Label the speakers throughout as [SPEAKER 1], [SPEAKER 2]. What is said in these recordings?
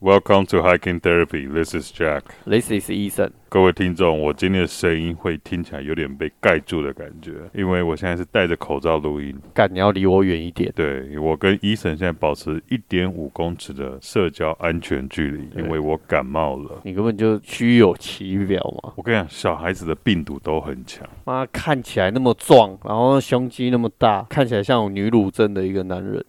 [SPEAKER 1] Welcome to Hiking Therapy. This is Jack.
[SPEAKER 2] This is Ethan。
[SPEAKER 1] 各位听众，我今天的声音会听起来有点被盖住的感觉，因为我现在是戴着口罩录音。
[SPEAKER 2] 干，你要离我远一点。
[SPEAKER 1] 对我跟医生现在保持一点五公尺的社交安全距离，因为我感冒了。
[SPEAKER 2] 你根本就虚有其表嘛！
[SPEAKER 1] 我跟你讲，小孩子的病毒都很强。
[SPEAKER 2] 妈，看起来那么壮，然后胸肌那么大，看起来像有女乳症的一个男人。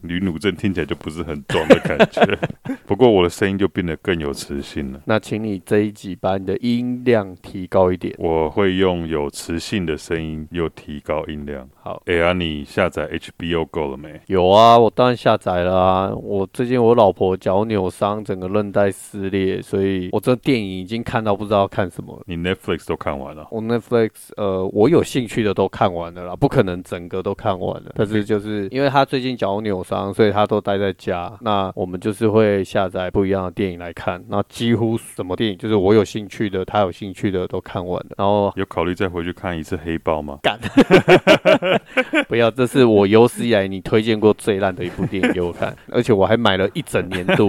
[SPEAKER 1] 女乳症听起来就不是很壮的感觉，不过我的声音就变得更有磁性了。
[SPEAKER 2] 那请你这一集把你的音量提高一点。
[SPEAKER 1] 我会用有磁性的声音，又提高音量。
[SPEAKER 2] 好，
[SPEAKER 1] 哎呀，你下载 HBO Go 了没？
[SPEAKER 2] 有啊，我当然下载了啊。我最近我老婆脚扭伤，整个韧带撕裂，所以我这电影已经看到不知道看什么了。
[SPEAKER 1] 你 Netflix 都看完了？
[SPEAKER 2] 我 Netflix 呃，我有兴趣的都看完了啦，不可能整个都看完了。但是就是因为他最近脚扭伤，所以他都待在家。那我们就是会下载不一样的电影来看。那几乎什么电影，就是我有兴趣的，他有兴趣的都看完了。然后
[SPEAKER 1] 有考虑再回去看一次《黑豹》吗？
[SPEAKER 2] 不要，这是我有史以来你推荐过最烂的一部电影给我看，而且我还买了一整年度，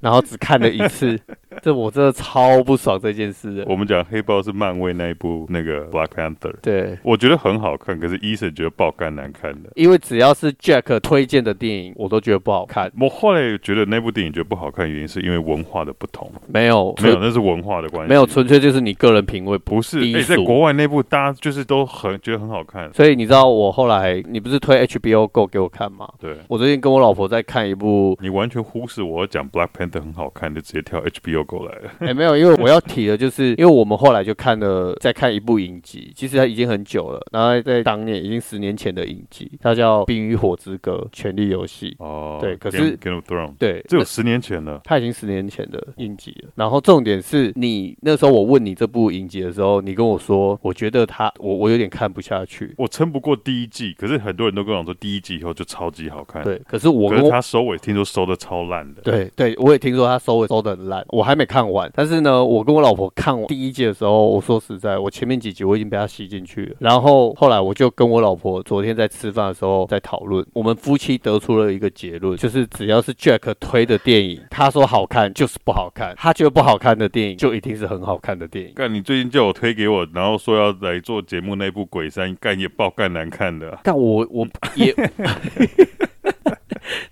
[SPEAKER 2] 然后只看了一次。这我真的超不爽这件事的。
[SPEAKER 1] 我们讲《黑豹》是漫威那一部那个《Black Panther》，
[SPEAKER 2] 对，
[SPEAKER 1] 我觉得很好看，可是医生觉得爆肝难看的。
[SPEAKER 2] 因为只要是 Jack 推荐的电影，我都觉得不好看。
[SPEAKER 1] 我后来觉得那部电影觉得不好看，原因是因为文化的不同，
[SPEAKER 2] 没有，
[SPEAKER 1] 没有，那是文化的关系，
[SPEAKER 2] 没有，纯粹就是你个人品味不。
[SPEAKER 1] 不是。
[SPEAKER 2] 低
[SPEAKER 1] 哎，在
[SPEAKER 2] 俗
[SPEAKER 1] 国外那部大家就是都很觉得很好看，
[SPEAKER 2] 所以你知道我后来，你不是推 HBO Go 给我看吗？
[SPEAKER 1] 对。
[SPEAKER 2] 我最近跟我老婆在看一部，
[SPEAKER 1] 你完全忽视我要讲《Black Panther》很好看，就直接跳 HBO 过来了。
[SPEAKER 2] 哎、没有，因为我要提的就是，因为我们后来就看了，在看一部影集，其实它已经很久了，然后在当年已经十年前的影集，它叫《冰与火之歌：权力游戏》。
[SPEAKER 1] 哦，
[SPEAKER 2] 对可
[SPEAKER 1] Game-
[SPEAKER 2] 是
[SPEAKER 1] Game of Thrones
[SPEAKER 2] 对，
[SPEAKER 1] 这有十年前了，
[SPEAKER 2] 它已经十年前的影集了。然后重点是你那时候我问你这部影集的时候，你跟我说，我觉得它，我我有点看不下去。
[SPEAKER 1] 我撑不过第一季，可是很多人都跟我讲说第一季以后就超级好看。，
[SPEAKER 2] 对，可是我
[SPEAKER 1] 可
[SPEAKER 2] 跟
[SPEAKER 1] 是
[SPEAKER 2] 我
[SPEAKER 1] 他收尾听说收的超烂的。
[SPEAKER 2] 对对，我也听说他收尾收的很烂，我还没看完。但是呢，我跟我老婆看完第一季的时候，我说实在，我前面几集我已经被他吸进去了。然后后来我就跟我老婆昨天在吃饭的时候在讨论，我们夫妻得出了一个结论，就是只要是 Jack 推的电影，他说好看就是不好看，他觉得不好看的电影就一定是很好看的电影。
[SPEAKER 1] 干，你最近叫我推给我，然后说要来做节目那部《鬼山》，干也爆干难看的啊、
[SPEAKER 2] 但我我也，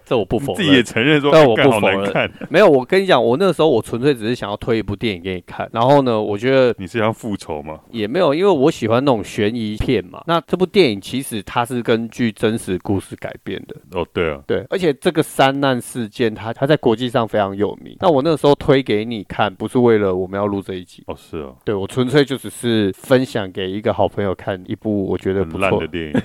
[SPEAKER 2] 这我不
[SPEAKER 1] 你
[SPEAKER 2] 否
[SPEAKER 1] 自己也
[SPEAKER 2] 认。
[SPEAKER 1] 承认说，
[SPEAKER 2] 但
[SPEAKER 1] 哎
[SPEAKER 2] 我
[SPEAKER 1] 干
[SPEAKER 2] 不
[SPEAKER 1] 好
[SPEAKER 2] 否
[SPEAKER 1] 难
[SPEAKER 2] 认
[SPEAKER 1] 看。
[SPEAKER 2] 没有，我跟你讲，我那时候我纯粹只是想要推一部电影给你看，然后呢，我觉得
[SPEAKER 1] 你是要复仇吗？
[SPEAKER 2] 也没有，因为我喜欢那种悬疑片嘛。那这部电影其实它是根据真实故事改编的，
[SPEAKER 1] 哦，对啊，
[SPEAKER 2] 对。而且这个三难事件它，它在国际上非常有名。那我那个时候推给你看，不是为了我们要录这一集，
[SPEAKER 1] 哦是哦，
[SPEAKER 2] 对我纯粹就只是分享给一个好朋友看一部我觉得
[SPEAKER 1] 很
[SPEAKER 2] 不
[SPEAKER 1] 烂
[SPEAKER 2] 错
[SPEAKER 1] 的，电影，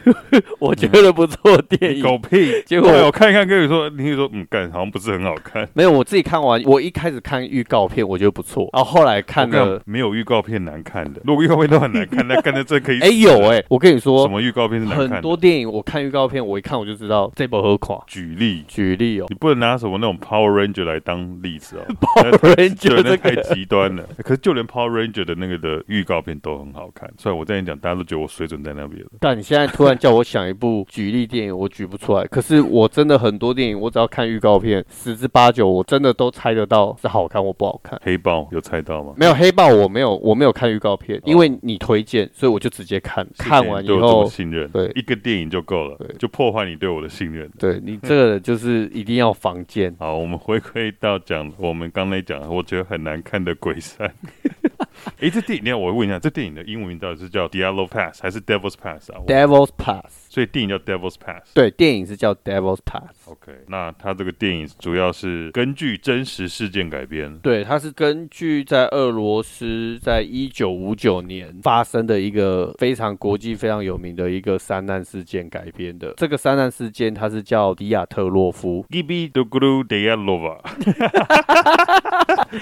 [SPEAKER 2] 我觉得不错的 电影。
[SPEAKER 1] 狗屁！
[SPEAKER 2] 结果
[SPEAKER 1] 对啊我看一看，跟你说，你会说，嗯，干好像不是很好看。
[SPEAKER 2] 没有，我自己看完，我一开始看预告片，我觉得不错，然后后来看
[SPEAKER 1] 我跟你
[SPEAKER 2] 了
[SPEAKER 1] 讲，没有预告片难看的，如果预告片都很难看，那干的真可以死
[SPEAKER 2] 哎、
[SPEAKER 1] 了。
[SPEAKER 2] 有哎、我跟你说
[SPEAKER 1] 什，么预告片是难
[SPEAKER 2] 很
[SPEAKER 1] 看
[SPEAKER 2] 多
[SPEAKER 1] 的？
[SPEAKER 2] 电影我看预告片，我一看我就知道这部何况。
[SPEAKER 1] 举例，
[SPEAKER 2] 举例哦，
[SPEAKER 1] 你不能拿什么那种 Power Ranger 来当例子哦，
[SPEAKER 2] Ranger
[SPEAKER 1] 对，那
[SPEAKER 2] 这
[SPEAKER 1] 太
[SPEAKER 2] 个
[SPEAKER 1] 极端了。 可是就连 Power Ranger 的那个的预告片都很好看，虽然我这样讲，大家都觉得我水准在那边了。
[SPEAKER 2] 但你现在突然叫我想一部举例电影，我举不出来。可是我真的很多电影，我只要看预告片，十之八九我真的都猜得到是好看或不好看。
[SPEAKER 1] 黑豹有猜到吗？
[SPEAKER 2] 没有黑豹，我没有，我没有看预告片，因为你推荐，所以我就直接看。看完
[SPEAKER 1] 谢谢你
[SPEAKER 2] 以
[SPEAKER 1] 对我这么
[SPEAKER 2] 后，
[SPEAKER 1] 信任，
[SPEAKER 2] 对
[SPEAKER 1] 一个电影就够了
[SPEAKER 2] 对，
[SPEAKER 1] 就破坏你对我的信任。
[SPEAKER 2] 对你这个人就是一定要防奸。
[SPEAKER 1] 好，我们回归到讲我们刚才讲，我觉得很难看的《鬼山》。 哎，这电影，等一下我问一下，这电影的英文名到底是叫《Diablo Pass》还是《Devil's Pass》啊？我
[SPEAKER 2] Devil's Pass，
[SPEAKER 1] 所以电影叫《Devil's Pass》。
[SPEAKER 2] 对，电影是叫 Devil's Pass。
[SPEAKER 1] OK，那他这个电影主要是根据真实事件改编。
[SPEAKER 2] 对，它是根据在俄罗斯在一九五九年发生的一个非常国际、非常有名的一个三难事件改编的。这个三难事件，它是叫迪亚特 洛夫。
[SPEAKER 1] g i b i d o g r u d e y a l o v a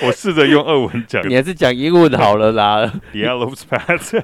[SPEAKER 1] 我试着用俄文讲
[SPEAKER 2] 你还是讲英文好了啦，
[SPEAKER 1] d i a l o v s Pass，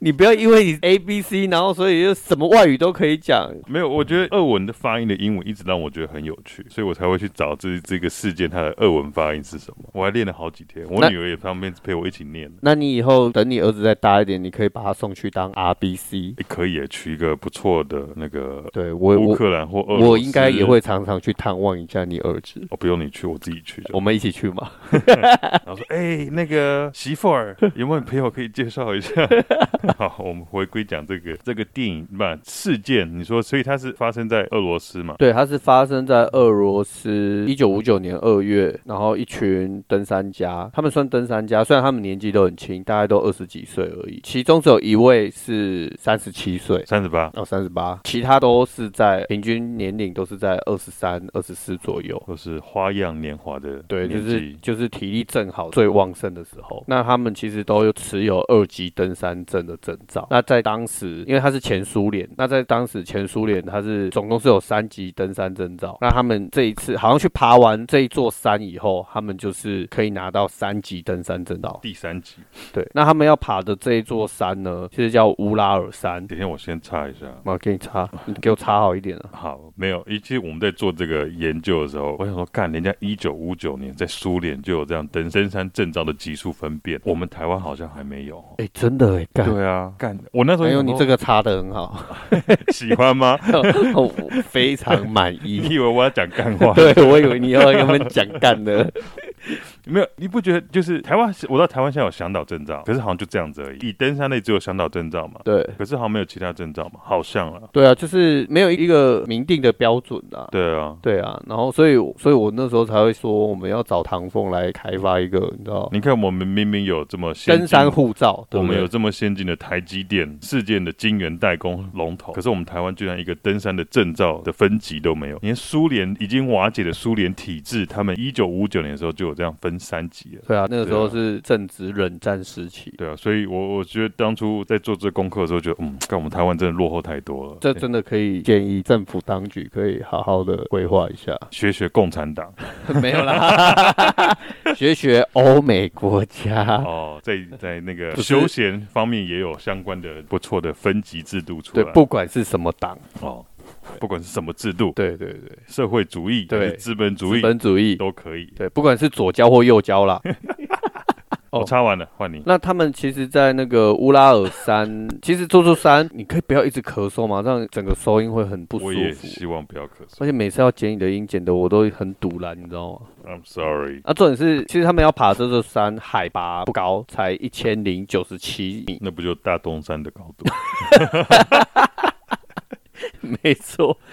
[SPEAKER 2] 你不要因为你 A B C，然后所以就什么外语都可以讲。
[SPEAKER 1] 没有，我觉得俄文的发音的英文一直让我觉得很有趣，所以我才会去找这这个事件它的俄文发音是什么。我还练了好几天，
[SPEAKER 2] 那
[SPEAKER 1] 我女儿也旁边陪我一起念。
[SPEAKER 2] 那你以后等你儿子再大一点，你可以把他送去当 R B C。
[SPEAKER 1] 诶可以耶取一个不错的那个
[SPEAKER 2] 对我
[SPEAKER 1] 乌
[SPEAKER 2] 我
[SPEAKER 1] 克兰或俄罗斯，
[SPEAKER 2] 我应该也会常常去探望一下你儿子，
[SPEAKER 1] 哦，不用你去，我自己去就好。
[SPEAKER 2] 我们一起去嘛。
[SPEAKER 1] 然后说，哎、那个媳妇儿 有没有朋友可以介绍一下？ 好，我们回归讲这个这个电影不事件。你说，所以它是发生在俄罗斯嘛？
[SPEAKER 2] 对，它是发生在俄罗斯一九五九年二月，然后一群登山家，他们算登山家，虽然他们年纪都很轻，大概都二十几岁而已，其中只有一位是三十七岁。
[SPEAKER 1] 三十八。
[SPEAKER 2] 哦，三十八，其他都是在平均年龄都是在二十三、二十四左右。
[SPEAKER 1] 都是花样年华的
[SPEAKER 2] 对，就
[SPEAKER 1] 年
[SPEAKER 2] 是
[SPEAKER 1] 纪
[SPEAKER 2] 就是体力正好最旺盛的时候，那他们其实都有持有二级登山证的证照。那在当时，因为他是前苏联，那在当时前苏联它是总共是有三级登山证照。那他们这一次好像去爬完这一座山以后，他们就是可以拿到三级登山证照。
[SPEAKER 1] 第三集。
[SPEAKER 2] 对，那他们要爬的这一座山呢，其实叫乌拉尔山。
[SPEAKER 1] 等一下我先插一下。
[SPEAKER 2] 妈，给你擦，你给我擦好一点啊！
[SPEAKER 1] 好，没有，一其实我们在做这个研究的时候，我想说，干，人家一九五九年在苏联就有这样登登山证照的级数分辨，我们台湾好像还没有。
[SPEAKER 2] 哎、真的哎、干。
[SPEAKER 1] 对啊，干，我那时候
[SPEAKER 2] 还有
[SPEAKER 1] 想
[SPEAKER 2] 哎你
[SPEAKER 1] 说
[SPEAKER 2] 这个擦的很好，
[SPEAKER 1] 喜欢吗？
[SPEAKER 2] 我非常满
[SPEAKER 1] 你
[SPEAKER 2] 意。
[SPEAKER 1] 以为我要讲干话？
[SPEAKER 2] 对，啊我以为你要跟我们讲干的。
[SPEAKER 1] 没有，你不觉得就是台湾？我知道台湾现在有向导证照，可是好像就这样子而已。以登山类只有向导证照嘛，
[SPEAKER 2] 对，
[SPEAKER 1] 可是好像没有其他证照嘛，好像啊。
[SPEAKER 2] 对啊，就是没有一个明定的标准啊。
[SPEAKER 1] 对啊，
[SPEAKER 2] 对啊，然后所以所以我那时候才会说，我们要找唐凤来开发一个，你知道，
[SPEAKER 1] 你看我们明明有这么先进
[SPEAKER 2] 登山护照，对
[SPEAKER 1] 我
[SPEAKER 2] 不
[SPEAKER 1] 们
[SPEAKER 2] 对
[SPEAKER 1] 有这么先进的台积电世界的晶圆代工龙头，可是我们台湾居然一个登山的证照的分级都没有。连苏联已经瓦解的苏联体制，他们一九五九年的时候就有这样分三级了。
[SPEAKER 2] 对啊，那个时候
[SPEAKER 1] 对啊
[SPEAKER 2] 是正值冷战时期，
[SPEAKER 1] 对啊，所以我我觉得当初在做这功课的时候，觉得嗯，看我们台湾真的落后太多了。
[SPEAKER 2] 这真的可以建议政府当局可以好好的规划一下。
[SPEAKER 1] 学学共产党
[SPEAKER 2] 没有啦， 学学欧美国家。
[SPEAKER 1] 哦，在在那个
[SPEAKER 2] 不啊是
[SPEAKER 1] 休闲方面也有相关的不错的分级制度出
[SPEAKER 2] 对
[SPEAKER 1] 来。，
[SPEAKER 2] 不管是什么党，
[SPEAKER 1] 哦，不管是什么制度，
[SPEAKER 2] 对对对，
[SPEAKER 1] 社会主义、
[SPEAKER 2] 对
[SPEAKER 1] 还是资本主
[SPEAKER 2] 资
[SPEAKER 1] 义
[SPEAKER 2] 本主义，
[SPEAKER 1] 都可以。
[SPEAKER 2] 对，不管是左交或右交啦，哦
[SPEAKER 1] 我插完了，换你。
[SPEAKER 2] 那他们其实，在那个乌拉尔山， 其实做出山，你可以不要一直咳嗽嘛，这样整个收音会很不舒
[SPEAKER 1] 我也
[SPEAKER 2] 服。
[SPEAKER 1] 希望不要咳嗽
[SPEAKER 2] 而。且每次要剪你的音，剪的我都很堵然，你知道吗？
[SPEAKER 1] I'm sorry，
[SPEAKER 2] 啊，重点是，其实他们要爬这座山，海拔不高，才一千零九十七米，
[SPEAKER 1] 那不就大东山的高度？
[SPEAKER 2] 没错。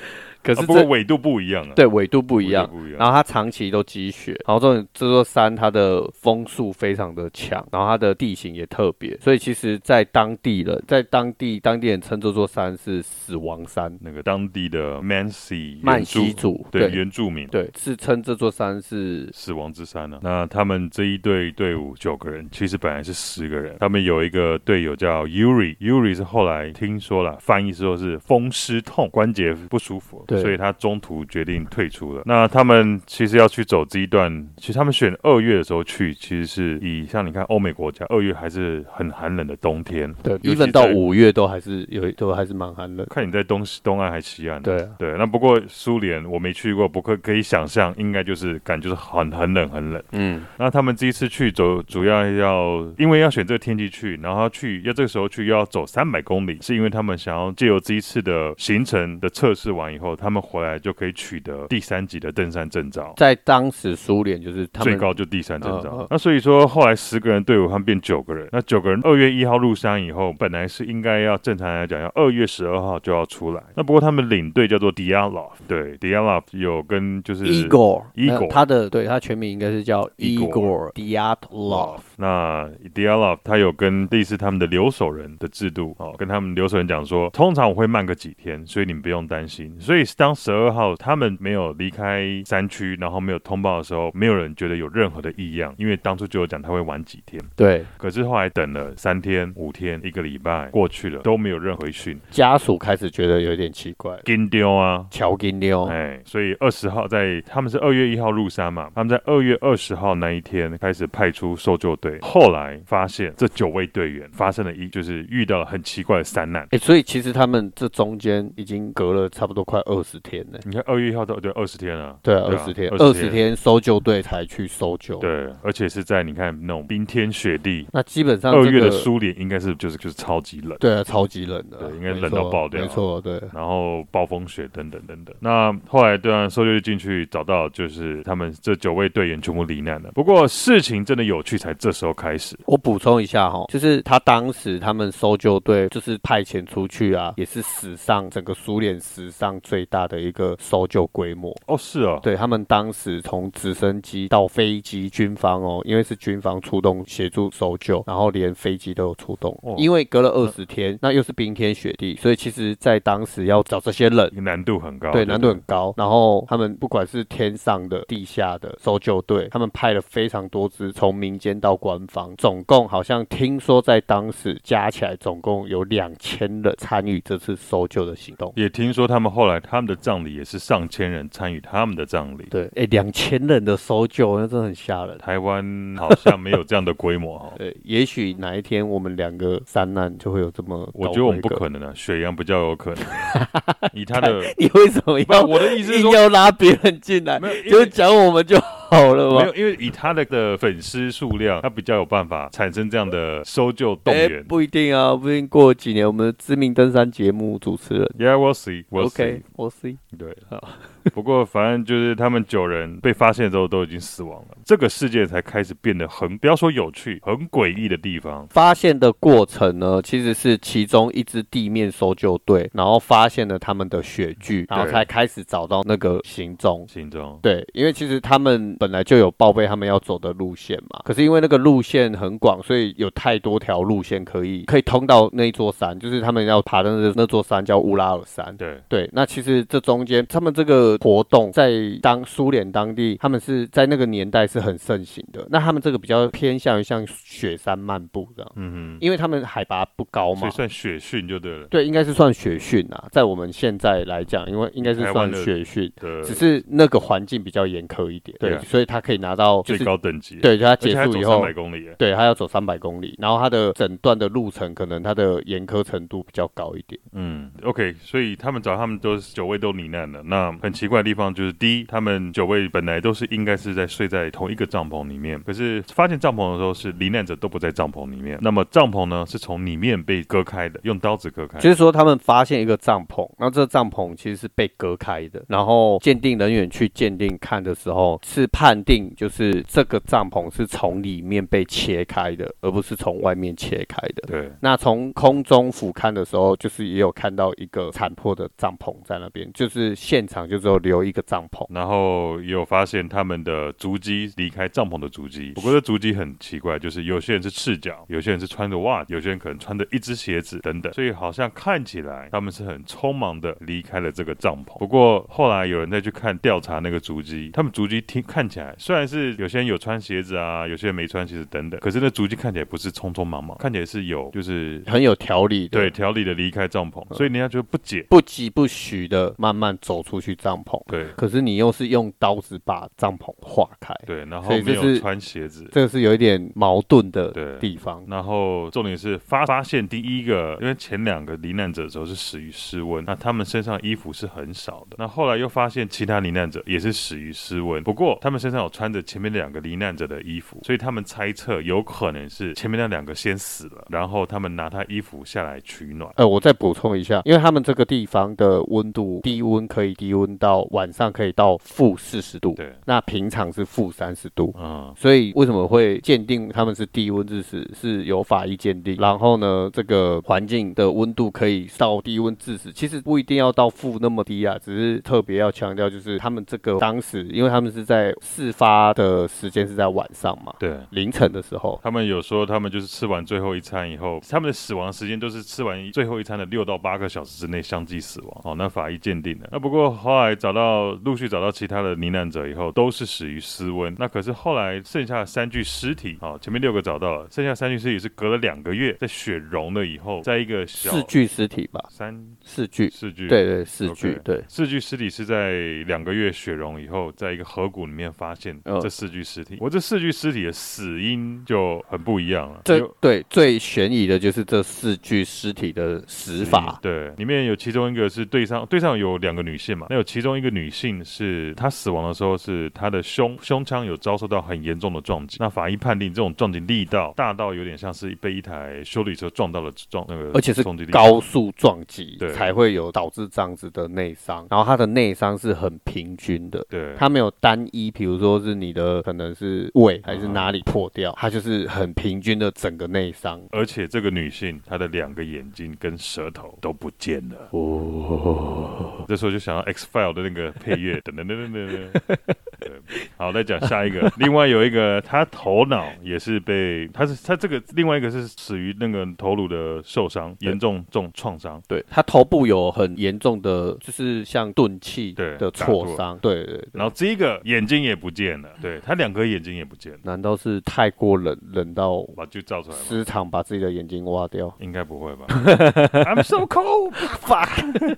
[SPEAKER 2] 可
[SPEAKER 1] 啊
[SPEAKER 2] 是
[SPEAKER 1] 不
[SPEAKER 2] 这、
[SPEAKER 1] 过纬度不一样啊，
[SPEAKER 2] 对纬度不
[SPEAKER 1] 不
[SPEAKER 2] 一样，
[SPEAKER 1] 不一样。
[SPEAKER 2] 然后它长期都积雪，然后这种这座山它的风速非常的强，然后它的地形也特别，所以其实，在当地人，在当地当地人称这座山是死亡山，
[SPEAKER 1] 那个当地的 Mansi
[SPEAKER 2] 曼
[SPEAKER 1] 原
[SPEAKER 2] 西
[SPEAKER 1] 住
[SPEAKER 2] 族，
[SPEAKER 1] 对
[SPEAKER 2] 对
[SPEAKER 1] 原住民
[SPEAKER 2] 对，是称这座山是
[SPEAKER 1] 死亡之山啊呢、那他们这一队队伍九个人，其实本来是十个人。他们有一个队友叫 Yuri，Yuri 是后来听说了，翻译说是风湿痛，关节不舒服，
[SPEAKER 2] 对
[SPEAKER 1] 所以他中途决定退出了。那他们其实要去走这一段，其实他们选二月的时候去，其实是以像你看欧美国家，二月还是很寒冷的冬天，
[SPEAKER 2] 对
[SPEAKER 1] 尤其
[SPEAKER 2] ，even 到
[SPEAKER 1] 在
[SPEAKER 2] 五月都还是有都还是蛮寒冷的，
[SPEAKER 1] 看你在东西东岸还西岸。
[SPEAKER 2] 对啊，
[SPEAKER 1] 对，那不过苏联我没去过，不过可以想象，应该就是感觉是很很冷很冷。
[SPEAKER 2] 嗯，
[SPEAKER 1] 那他们这一次去走，主要要因为要选这个天气去，然后要去要这个时候去又要走三百公里，是因为他们想要借由这一次的行程的测试完以后，他们回来就可以取得第三级的登山证照。
[SPEAKER 2] 在当时苏联就是他
[SPEAKER 1] 最
[SPEAKER 2] 们
[SPEAKER 1] 高就第三证照，
[SPEAKER 2] 嗯嗯
[SPEAKER 1] 那所以说后来十个人队伍他们变九个人，那九个人二月一号入山以后，本来是应该要正常来讲要二月十二号就要出来，那不过他们领队叫做 Dialov，对 Dialov 有跟就是
[SPEAKER 2] Igor，
[SPEAKER 1] Igor
[SPEAKER 2] 那他的对他全名应该是叫 Igor
[SPEAKER 1] Igor
[SPEAKER 2] Dyatlov，
[SPEAKER 1] 那 Dialov 他有跟类似他们的留守人的制度哦，跟他们留守人讲说，通常我会慢个几天，所以你们不用担心。所以当十二号他们没有离开山区，然后没有通报的时候，没有人觉得有任何的异样，因为当初就有讲他会晚几天。
[SPEAKER 2] 对，
[SPEAKER 1] 可是后来等了三天、五天、一个礼拜过去了，都没有任何回讯，
[SPEAKER 2] 家属开始觉得有点奇怪，
[SPEAKER 1] 跟丢啊。
[SPEAKER 2] 乔金妞，
[SPEAKER 1] 哎，所以二十号在他们是二月一号入山嘛，他们在二月二十号那一天开始派出搜救队，后来发现这九位队员发生了一就是遇到了很奇怪的山难。
[SPEAKER 2] 哎、所以其实他们这中间已经隔了差不多快二十天呢。
[SPEAKER 1] 你看二月一号到对二十天了，
[SPEAKER 2] 对啊，
[SPEAKER 1] 对
[SPEAKER 2] 二
[SPEAKER 1] 啊
[SPEAKER 2] 十天，
[SPEAKER 1] 20
[SPEAKER 2] 二
[SPEAKER 1] 天
[SPEAKER 2] 十天搜救队才去搜救。，
[SPEAKER 1] 对，而且是在你看那种冰天雪地，
[SPEAKER 2] 那基本上
[SPEAKER 1] 二
[SPEAKER 2] 这
[SPEAKER 1] 月的
[SPEAKER 2] 个
[SPEAKER 1] 苏联应该是就是就是超级冷。
[SPEAKER 2] 对啊，超级冷的，
[SPEAKER 1] 对应该
[SPEAKER 2] 没
[SPEAKER 1] 冷到
[SPEAKER 2] 错
[SPEAKER 1] 爆掉
[SPEAKER 2] 没错，对，
[SPEAKER 1] 然后暴风雪等等等等。那后来对啊，搜救队进去找到，就是他们这九位队员全部罹难了。不过事情真的有趣，才这时候开始。
[SPEAKER 2] 我补充一下
[SPEAKER 1] 嗯
[SPEAKER 2] 哈，就是他当时他们搜救队就是派遣出去啊，也是史上整个苏联史上最大的一个搜救规模。
[SPEAKER 1] 哦，是哦，
[SPEAKER 2] 对他们当时从直升机到飞机，军方哦，因为是军方出动协助搜救，然后连飞机都有出动。
[SPEAKER 1] 哦
[SPEAKER 2] 因为隔了二十天，那又是冰天雪地，所以其实在当时要找这些人。
[SPEAKER 1] 难度很高，
[SPEAKER 2] 对，难度很高。然后他们不管是天上的、地下的搜救队，他们派了非常多支，从民间到官方，总共好像听说在当时加起来总共有两千人参与这次搜救的行动。
[SPEAKER 1] 也听说他们后来他们的葬礼也是上千人参与他们的葬礼。
[SPEAKER 2] 对，哎，两千人的搜救，那真的很吓人。，
[SPEAKER 1] 台湾好像没有这样的规模哈
[SPEAKER 2] 对，也许哪一天我们两个三难就会有这么，
[SPEAKER 1] 我觉得我们不。可能啊，雪阳比较有可能。以他的，
[SPEAKER 2] 你为什么
[SPEAKER 1] 不，
[SPEAKER 2] 要
[SPEAKER 1] 我的意思是
[SPEAKER 2] 硬
[SPEAKER 1] 说，
[SPEAKER 2] 要拉别人进来？
[SPEAKER 1] 没有，因
[SPEAKER 2] 就
[SPEAKER 1] 为
[SPEAKER 2] 讲我们就好了
[SPEAKER 1] 没
[SPEAKER 2] 嘛。
[SPEAKER 1] 有，因为以他的的粉丝数量，他比较有办法产生这样的搜救动
[SPEAKER 2] 哎
[SPEAKER 1] 员。
[SPEAKER 2] 不一定啊，不一定过几年我们的知名登山节目主持人
[SPEAKER 1] Yeah, we'll see. We'll
[SPEAKER 2] OK，我 C。
[SPEAKER 1] see. 对
[SPEAKER 2] 好，
[SPEAKER 1] 不过反正就是他们九人被发现之后都已经死亡了，这个世界才开始变得很不要说有趣，很诡异的地方。
[SPEAKER 2] 发现的过程呢，其实是其中一支地面搜救队，然后发现了他们的血锯，然后
[SPEAKER 1] 嗯对
[SPEAKER 2] 才开始找到那个行踪。
[SPEAKER 1] 心中
[SPEAKER 2] 对，因为其实他们本来就有报备他们要走的路线嘛，可是因为那个路线很广，所以有太多条路线可以可以通到那一座山，就是他们要爬的那那座山叫乌拉尔山。
[SPEAKER 1] 对
[SPEAKER 2] 对，那其实这中间他们这个活动在当苏联当地，他们是在那个年代是很盛行的。那他们这个比较偏向于像雪山漫步这样，
[SPEAKER 1] 嗯
[SPEAKER 2] 因为他们海拔不高
[SPEAKER 1] 哼，所
[SPEAKER 2] 嘛
[SPEAKER 1] 以。算血训就对了。
[SPEAKER 2] 对，应该是算雪训啊，在我们现在来讲，因为应该是
[SPEAKER 1] 台湾
[SPEAKER 2] 算
[SPEAKER 1] 的
[SPEAKER 2] 雪训。
[SPEAKER 1] 的
[SPEAKER 2] 只是那个环境比较严苛一点，对，
[SPEAKER 1] 对啊
[SPEAKER 2] 所以他可以拿到就
[SPEAKER 1] 最
[SPEAKER 2] 是
[SPEAKER 1] 高等级，，
[SPEAKER 2] 对，就他
[SPEAKER 1] 而且
[SPEAKER 2] 结
[SPEAKER 1] 他
[SPEAKER 2] 束
[SPEAKER 1] 走
[SPEAKER 2] 以
[SPEAKER 1] 三
[SPEAKER 2] 后
[SPEAKER 1] 百，公里耶，
[SPEAKER 2] 对他要走三百公里，然后他的整段的路程可能他的严苛程度比较高一点，
[SPEAKER 1] 嗯，OK，所以他们找他们都是九位都罹难了。那很奇怪的地方就是，第一，他们九位本来都是应该是在睡在同一个帐篷里面，可是发现帐篷的时候是罹难者都不在帐篷里面。那么帐篷呢是从里面被割开的，用刀子割开。
[SPEAKER 2] 就是说他们发现一个帐篷，那这帐篷其实是被隔开的，然后鉴定人员去鉴定看的时候是判定就是这个帐篷是从里面被切开的，而不是从外面切开的。
[SPEAKER 1] 对，
[SPEAKER 2] 那从空中俯瞰的时候，就是也有看到一个残破的帐篷在那边，就是现场就只有留一个帐篷。
[SPEAKER 1] 然后也有发现他们的足迹离开帐篷的足迹，不过这足迹很奇怪，就是有些人是赤脚，有些人是穿着袜子，有些人可能穿着一只鞋子等等，所以好像看起来他们是很匆忙的离开了这个帐篷。不过后来有人再去看调查那个足迹，他们足迹听看起来虽然是有些人有穿鞋子啊，有些人没穿鞋子等等，可是那足迹看起来不是匆匆忙忙，看起来是有就是
[SPEAKER 2] 很有条理的，
[SPEAKER 1] 对，条理的离开帐篷，所以人家觉得不解。
[SPEAKER 2] 不疾不徐的慢慢走出去帐篷。
[SPEAKER 1] 对
[SPEAKER 2] 可是你又是用刀子把帐篷划开，
[SPEAKER 1] 对，然后
[SPEAKER 2] 所以
[SPEAKER 1] 没
[SPEAKER 2] 这
[SPEAKER 1] 有
[SPEAKER 2] 是
[SPEAKER 1] 穿鞋子，
[SPEAKER 2] 这个是有一点矛盾
[SPEAKER 1] 对
[SPEAKER 2] 的地方。
[SPEAKER 1] 然后重点是发发现第一个，因为前两个罹难者的时候是死于失温，那他们身上衣服是很少的。那后来又发现其他罹难者也是死于失温，不过他们身上有穿着前面两个罹难者的衣服，所以他们猜测有可能是前面那两个先死了，然后他们拿他衣服下来取暖。
[SPEAKER 2] 呃，我再补充一下，因为他们这个地方的温度低温可以低温到到晚上可以到负四十度，
[SPEAKER 1] 对，
[SPEAKER 2] 那平常是负三十度。
[SPEAKER 1] 嗯，
[SPEAKER 2] 所以为什么会鉴定他们是低温致死，是由法医鉴定。然后呢，这个环境的温度可以到低温致死，其实不一定要到负那么低啊，只是特别要强调就是他们这个当时，因为他们是在事发的时间是在晚上嘛，
[SPEAKER 1] 对。
[SPEAKER 2] 凌晨的时候。
[SPEAKER 1] 他们有说，他们就是吃完最后一餐以后，他们的死亡时间都是吃完最后一餐的六到八个小时之内相继死亡。哦，那法医鉴定的。那不过后来找到陆续找到其他的罹难者以后，都是死于失温。那可是后来剩下三具尸体，哦，前面六个找到了，剩下三具尸体是隔了两个月，在雪融了以后，在一个小
[SPEAKER 2] 四具尸体吧，
[SPEAKER 1] 三
[SPEAKER 2] 四具，
[SPEAKER 1] 四具
[SPEAKER 2] 对对，四具
[SPEAKER 1] OK，
[SPEAKER 2] 对。
[SPEAKER 1] 四具尸体是在两个月雪融以后，在一个河谷里面发现
[SPEAKER 2] 嗯
[SPEAKER 1] 这四具尸体。我这四具尸体的死因就很不一样了，
[SPEAKER 2] 这
[SPEAKER 1] 有
[SPEAKER 2] 对最悬疑的就是这四具尸体的死
[SPEAKER 1] 嗯
[SPEAKER 2] 法，
[SPEAKER 1] 对，里面有其中一个是对上对上有两个女性嘛，那有其中一个女性是她死亡的时候是她的胸胸腔有遭受到很严重的撞击，那法医判定这种撞击力道大到有点像是被一台修理车撞到了撞那个，
[SPEAKER 2] 而且是
[SPEAKER 1] 冲击力
[SPEAKER 2] 高速撞击
[SPEAKER 1] 对
[SPEAKER 2] 才会有导致这样子的内伤，然后它的内伤是很平均的。
[SPEAKER 1] 对，
[SPEAKER 2] 它没有单一，比如说是你的可能是胃还是
[SPEAKER 1] 嗯
[SPEAKER 2] 哪里破掉，它就是很平均的整个内伤。
[SPEAKER 1] 而且这个女性她的两个眼睛跟舌头都不见了。
[SPEAKER 2] 哦，
[SPEAKER 1] 这时候就想到 X File 的那个配乐，噔噔噔噔噔噔。对好，再讲下一 个。另外有一个，他头脑也是被，他是他这个另外一个是死于那个头颅的受伤，
[SPEAKER 2] 对
[SPEAKER 1] 严重重创伤。
[SPEAKER 2] 对，它头部有很严重的，就是像钝器
[SPEAKER 1] 对
[SPEAKER 2] 的
[SPEAKER 1] 打
[SPEAKER 2] 挫
[SPEAKER 1] 坐
[SPEAKER 2] 伤。对对对，
[SPEAKER 1] 然后这个眼睛也不见了，对他两颗眼睛也不见了，
[SPEAKER 2] 难道是太过冷冷到
[SPEAKER 1] 把就照出来吗？
[SPEAKER 2] 失常把自己的眼睛挖掉？
[SPEAKER 1] 应该不会吧 ？I'm so cold, fuck 。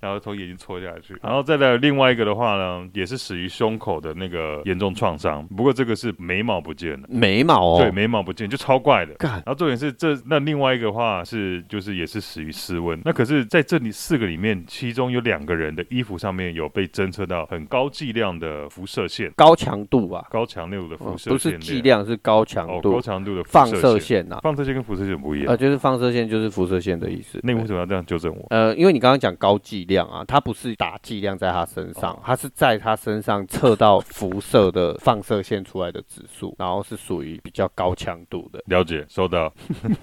[SPEAKER 1] 然后从眼睛戳下 去，然后再来另外一个的话呢，也是死于胸口的那个严重创伤，不过这个是眉毛不见了。
[SPEAKER 2] 眉毛哦，
[SPEAKER 1] 对，眉毛不见，就超怪的。
[SPEAKER 2] 干
[SPEAKER 1] 然后重点是这那另外一个话是就是也是死于失温，那可是在这里四个里面，其中有两个人的衣服上面有被侦测到很高剂量的辐射线，
[SPEAKER 2] 高强度吧，
[SPEAKER 1] 高强度的辐
[SPEAKER 2] 嗯
[SPEAKER 1] 射线、
[SPEAKER 2] 不是剂，量，是高强
[SPEAKER 1] 哦，
[SPEAKER 2] 度、
[SPEAKER 1] 高强度的
[SPEAKER 2] 放
[SPEAKER 1] 辐
[SPEAKER 2] 射
[SPEAKER 1] 射，
[SPEAKER 2] 线呐、啊。
[SPEAKER 1] 放射线跟辐射线不一样
[SPEAKER 2] 呃，。就是放射线就是辐射线的意思。
[SPEAKER 1] 那你为什么要这样纠正我？
[SPEAKER 2] 呃，因为你刚刚讲高剂量啊，它不是打剂量在他身上
[SPEAKER 1] 哦，
[SPEAKER 2] 它是在他身上测到辐射的放射线出来的指数，然后是属于比较高强度的。
[SPEAKER 1] 了解，收到。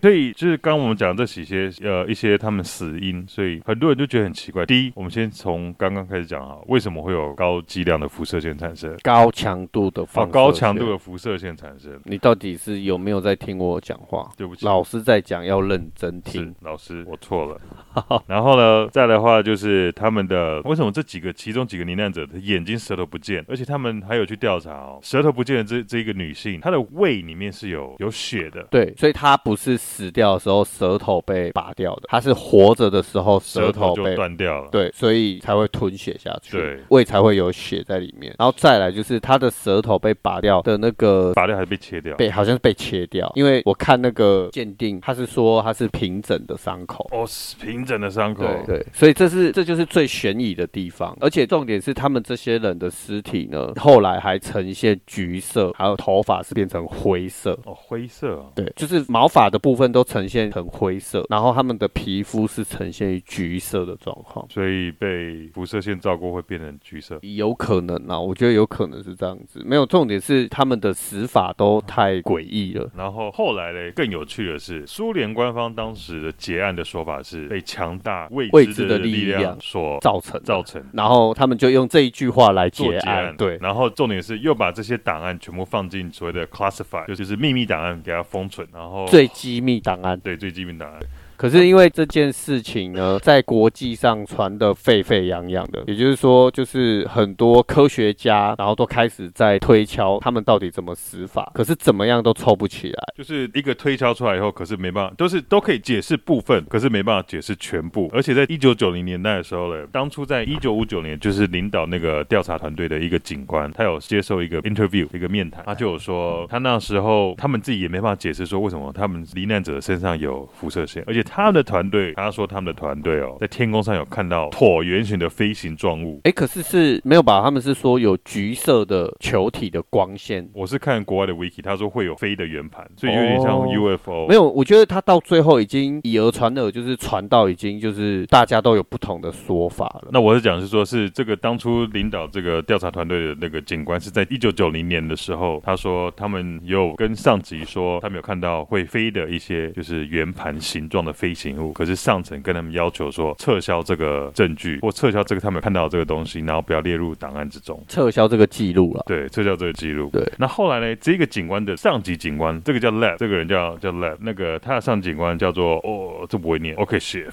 [SPEAKER 1] 所以就是刚我们讲这几些呃一些他们死因，所以很多人就觉得很奇怪。第一，我们先从刚刚开始讲啊，为什么会有高剂量的辐射线产生？
[SPEAKER 2] 高强度的放
[SPEAKER 1] 哦，
[SPEAKER 2] 射线
[SPEAKER 1] 高强度，的辐射线产生。
[SPEAKER 2] 你到底是有没有在听我讲话？
[SPEAKER 1] 对不起，
[SPEAKER 2] 老师在讲，要认真
[SPEAKER 1] 是
[SPEAKER 2] 听。
[SPEAKER 1] 老师，我错了。然后呢，再来的话就是他们的为什么这几个其中几个罹难者的眼睛、舌头不见，而且他们还有去调查哦，舌头不见的这这一个女性，她的胃里面是有有血的，
[SPEAKER 2] 对，所以他不是死掉的时候舌头被拔掉的，他是活着的时候
[SPEAKER 1] 舌
[SPEAKER 2] 舌
[SPEAKER 1] 头
[SPEAKER 2] 头
[SPEAKER 1] 就
[SPEAKER 2] 被
[SPEAKER 1] 断掉了。
[SPEAKER 2] 对，所以才会吞血下去，
[SPEAKER 1] 对
[SPEAKER 2] 胃才会有血在里面。然后再来就是他的舌头被拔掉的那个
[SPEAKER 1] 拔掉还是被切掉？
[SPEAKER 2] 被好像是被切掉，因为我看那个鉴定，他是说他是平整的伤口。
[SPEAKER 1] 哦，是平整的伤口。
[SPEAKER 2] 对对，所以这是这就是最悬疑的地方，而且重点是他们这些人的尸体呢，后来还呈现橘色，还有头发是变成灰色，
[SPEAKER 1] 哦，灰色哦。
[SPEAKER 2] 对，就是毛发的部分都呈现很灰色，然后他们的皮肤是呈现于橘色的状况。
[SPEAKER 1] 所以被辐射线照过会变成橘色，
[SPEAKER 2] 有可能啊，我觉得有可能是这样子。没有重点是他们的死法都太诡异了。
[SPEAKER 1] 然后后来嘞，更有趣的是，苏联官方当时的结案的说法是被强大未
[SPEAKER 2] 未知
[SPEAKER 1] 知
[SPEAKER 2] 的
[SPEAKER 1] 的
[SPEAKER 2] 力
[SPEAKER 1] 力量
[SPEAKER 2] 量
[SPEAKER 1] 所
[SPEAKER 2] 造成的
[SPEAKER 1] 造成。
[SPEAKER 2] 然后他们就用这一句话来
[SPEAKER 1] 做
[SPEAKER 2] 结案，对，
[SPEAKER 1] 然后重点是又把这些档案全部放进所谓的 classify，就就是秘密档案给它封存，然后
[SPEAKER 2] 最机密档案。
[SPEAKER 1] 对最机密档案，
[SPEAKER 2] 可是因为这件事情呢，在国际上传得沸沸扬扬的，也就是说，就是很多科学家，然后都开始在推敲他们到底怎么死法，可是怎么样都凑不起来。
[SPEAKER 1] 就是一个推敲出来以后，可是没办法，都是都可以解释部分，可是没办法解释全部。而且在一九九零年代的时候呢，当初在一九五九年，就是领导那个调查团队的一个警官，他有接受一个 interview 一个面谈，他就有说，他那时候他们自己也没办法解释说为什么他们罹难者身上有辐射线，而且他的团队，他说他们的团队哦，在天空上有看到椭圆形的飞行状物。
[SPEAKER 2] 哎，可是是没有吧？他们是说有橘色的球体的光线。
[SPEAKER 1] 我是看国外的 wiki，他说会有飞的圆盘，所以有点像
[SPEAKER 2] 哦
[SPEAKER 1] UFO。
[SPEAKER 2] 没有，我觉得他到最后已经以讹传讹，就是传到已经就是大家都有不同的说法了。
[SPEAKER 1] 那我是讲是说，是这个当初领导这个调查团队的那个警官是在一九九零年的时候，他说他们有跟上级说，他们有看到会飞的一些就是圆盘形状的飞行物，可是上层跟他们要求说撤销这个证据或撤销这个他们有看到的这个东西，然后不要列入档案之中。
[SPEAKER 2] 撤销这个记录了。
[SPEAKER 1] 对，撤销这个记录。
[SPEAKER 2] 对，
[SPEAKER 1] 那后来呢？这个警官的上级警官，这个叫 Lab，这个人叫叫 Lab，那个他的上级警官叫做哦，这不会念 OK Shift。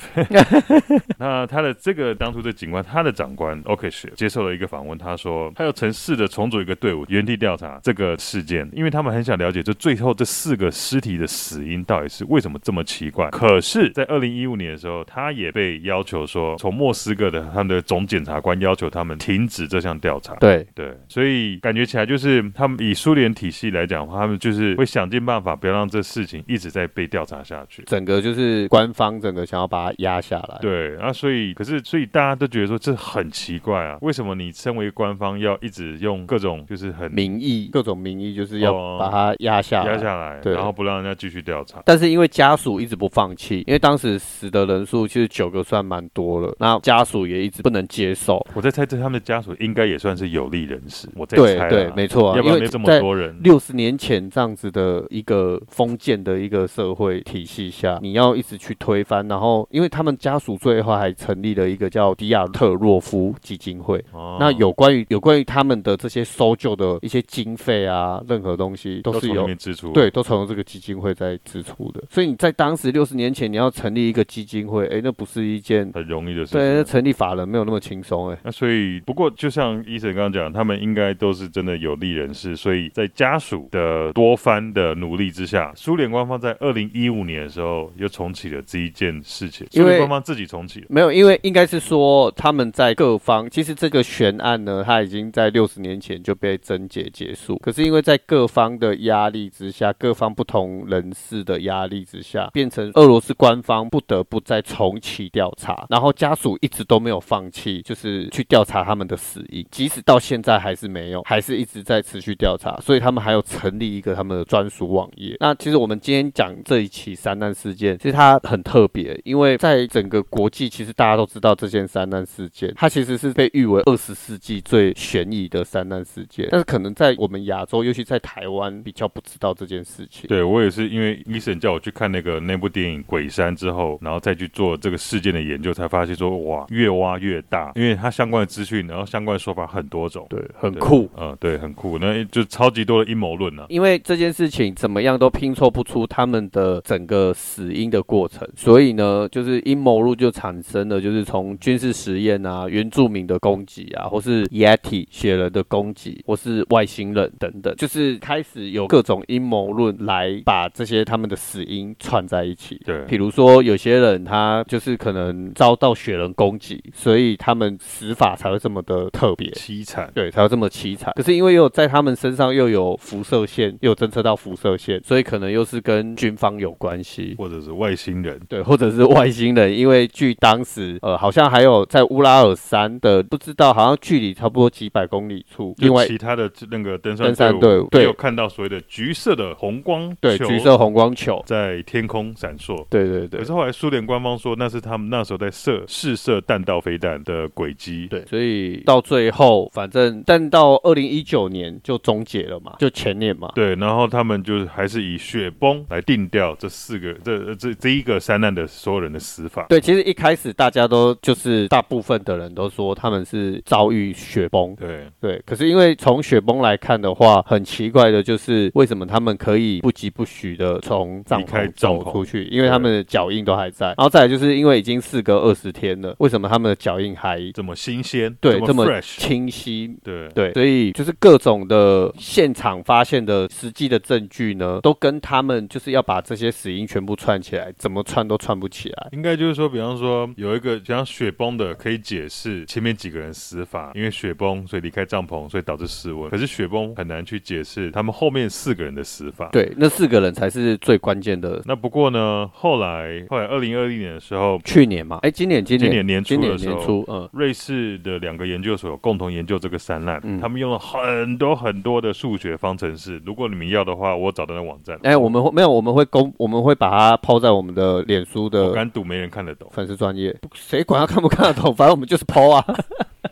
[SPEAKER 1] 那他的这个当初的警官，他的长官 OK Shift 接受了一个访问，他说他要曾试着重组一个队伍，原地调查这个事件，因为他们很想了解这最后这四个尸体的死因到底是为什么这么奇怪。可是，在二零一五年的时候，他也被要求说，从莫斯科的他们的总检察官要求他们停止这项调查。
[SPEAKER 2] 对，
[SPEAKER 1] 对，所以感觉起来就是他们以苏联体系来讲的话，他们就是会想尽办法不要让这事情一直在被调查下去。
[SPEAKER 2] 整个就是官方整个想要把它压下来。
[SPEAKER 1] 对，啊，所以可是所以大家都觉得说这很奇怪啊，为什么你身为官方要一直用各种就是很
[SPEAKER 2] 民意各种民意就是要
[SPEAKER 1] 哦
[SPEAKER 2] 把它压下来。
[SPEAKER 1] 压下来，
[SPEAKER 2] 对
[SPEAKER 1] 然后不让人家继续调查？
[SPEAKER 2] 但是因为家属一直不放弃，因为当时死的人数其实九个算蛮多了，那家属也一直不能接受。
[SPEAKER 1] 我在猜测他们的家属应该也算是有利人士，我在
[SPEAKER 2] 对
[SPEAKER 1] 猜啦
[SPEAKER 2] 对，没错、啊，
[SPEAKER 1] 要不
[SPEAKER 2] 因
[SPEAKER 1] 然
[SPEAKER 2] 为
[SPEAKER 1] 没这么
[SPEAKER 2] 在
[SPEAKER 1] 多人。
[SPEAKER 2] 六十年前这样子的一个封建的一个社会体系下，你要一直去推翻，然后因为他们家属最后还成立了一个叫迪亚特洛夫基金会。
[SPEAKER 1] 哦
[SPEAKER 2] 那有关于有关于他们的这些搜救的一些经费啊，任何东西都
[SPEAKER 1] 都
[SPEAKER 2] 是
[SPEAKER 1] 从里
[SPEAKER 2] 有
[SPEAKER 1] 面支出，
[SPEAKER 2] 对，都从这个基金会在支出的。所以你在当时六十年前，你要成立一个基金会，哎，那不是一件
[SPEAKER 1] 很容易的事情。
[SPEAKER 2] 对，那成立法人没有那么轻松哎。
[SPEAKER 1] 那所以，不过就像医生刚刚讲，他们应该都是真的有利人士，所以在家属的多番的努力之下，苏联官方在二零一五年的时候又重启了这一件事情，
[SPEAKER 2] 因
[SPEAKER 1] 苏
[SPEAKER 2] 为
[SPEAKER 1] 联官方自己重启了。
[SPEAKER 2] 没有，因为应该是说他们在各方，其实这个悬案呢，它已经在六十年前就被侦结结束。可是因为在各方的压力之下，各方不同人士的压力之下，变成俄罗斯官方不得不再重启调查，然后家属一直都没有放弃，就是去调查他们的死因，即使到现在还是没有，还是一直在持续调查，所以他们还有成立一个他们的专属网页。那其实我们今天讲这一起三难事件，其实它很特别，因为在整个国际，其实大家都知道这件三难事件，它其实是被誉为二十世纪最悬疑的三难事件，但是可能在我们亚洲，尤其在台湾，比较不知道这件事情。
[SPEAKER 1] 对我也是，因为医生叫我去看那个那部电影《鬼山》之后，然后再去做这个事件的研究，才发现说哇，越挖越大，因为它相关的资讯，然后相关的说法很多种，
[SPEAKER 2] 对，很
[SPEAKER 1] 对
[SPEAKER 2] 酷。
[SPEAKER 1] 嗯，对，很酷，那就超级多的阴谋论啊。
[SPEAKER 2] 因为这件事情怎么样都拼凑不出他们的整个死因的过程，所以呢，就是阴谋论就产生了，就是从军事实验啊、原住民的攻击啊，或是 Yeti 雪人的攻击，或是外星人等等，就是开始有各种阴谋论来把这些他们的死因串在一起。
[SPEAKER 1] 对
[SPEAKER 2] 比如说有些人他就是可能遭到雪人攻击，所以他们死法才会这么的特别。
[SPEAKER 1] 凄惨，
[SPEAKER 2] 对，才有这么凄惨。可是因为又有在他们身上又有辐射线，又有侦测到辐射线，所以可能又是跟军方有关系。
[SPEAKER 1] 或者是外星人，
[SPEAKER 2] 对，或者是外星人，因为据当时呃，好像还有在乌拉尔山的，不知道好像距离差不多几百公里处，
[SPEAKER 1] 就
[SPEAKER 2] 另外
[SPEAKER 1] 其他的那个登
[SPEAKER 2] 登
[SPEAKER 1] 山
[SPEAKER 2] 山队伍
[SPEAKER 1] 也
[SPEAKER 2] 对
[SPEAKER 1] 有看到所谓的橘色的红光
[SPEAKER 2] 对
[SPEAKER 1] 球
[SPEAKER 2] 橘色红光球，
[SPEAKER 1] 在天空闪烁。
[SPEAKER 2] 对对对
[SPEAKER 1] 可是后来苏联官方说那是他们那时候在射试射弹道飞弹的轨迹。
[SPEAKER 2] 对，所以到最后反正但到二零一九年就终结了嘛，就前年嘛，
[SPEAKER 1] 对，然后他们就是还是以雪崩来定掉这四个这这这一个三难的所有人的死法。
[SPEAKER 2] 对，其实一开始大家都就是大部分的人都说他们是遭遇雪崩，
[SPEAKER 1] 对，
[SPEAKER 2] 对，可是因为从雪崩来看的话，很奇怪的就是为什么他们可以不疾不徐的从帐
[SPEAKER 1] 离开
[SPEAKER 2] 篷
[SPEAKER 1] 帐
[SPEAKER 2] 走
[SPEAKER 1] 篷
[SPEAKER 2] 出去，因为他们的脚印都还在。然后再来就是因为已经事隔二十天了，为什么他们的脚印还
[SPEAKER 1] 这么新鲜，
[SPEAKER 2] 对这
[SPEAKER 1] 么
[SPEAKER 2] 么
[SPEAKER 1] fresh，
[SPEAKER 2] 清晰？
[SPEAKER 1] 对。
[SPEAKER 2] 对，所以就是各种的现场发现的实际的证据呢，都跟他们就是要把这些死因全部串起来，怎么串都串不起来。
[SPEAKER 1] 应该就是说，比方说有一个，比方雪崩的，可以解释前面几个人死法，因为雪崩，所以离开帐篷，所以导致失温。可是雪崩很难去解释他们后面四个人的死法。
[SPEAKER 2] 对，那四个人才是最关键的。
[SPEAKER 1] 那不过呢，后后来后来二零二一年的时候，
[SPEAKER 2] 去年嘛，哎，今年今
[SPEAKER 1] 今年
[SPEAKER 2] 年
[SPEAKER 1] 年初
[SPEAKER 2] 今年
[SPEAKER 1] 的时
[SPEAKER 2] 年
[SPEAKER 1] 候。
[SPEAKER 2] 初，嗯，
[SPEAKER 1] 瑞士的两个研究所有共同研究这个山难，
[SPEAKER 2] 嗯
[SPEAKER 1] 他们用了很多很多的数学方程式。如果你们要的话，我找到那网站。
[SPEAKER 2] 哎，我们会没有，我们会公，我们会把它抛在我们的脸书
[SPEAKER 1] 我
[SPEAKER 2] 的
[SPEAKER 1] 敢赌没人看得懂。
[SPEAKER 2] 粉丝专业，谁管他看不看得懂，反正我们就是抛啊。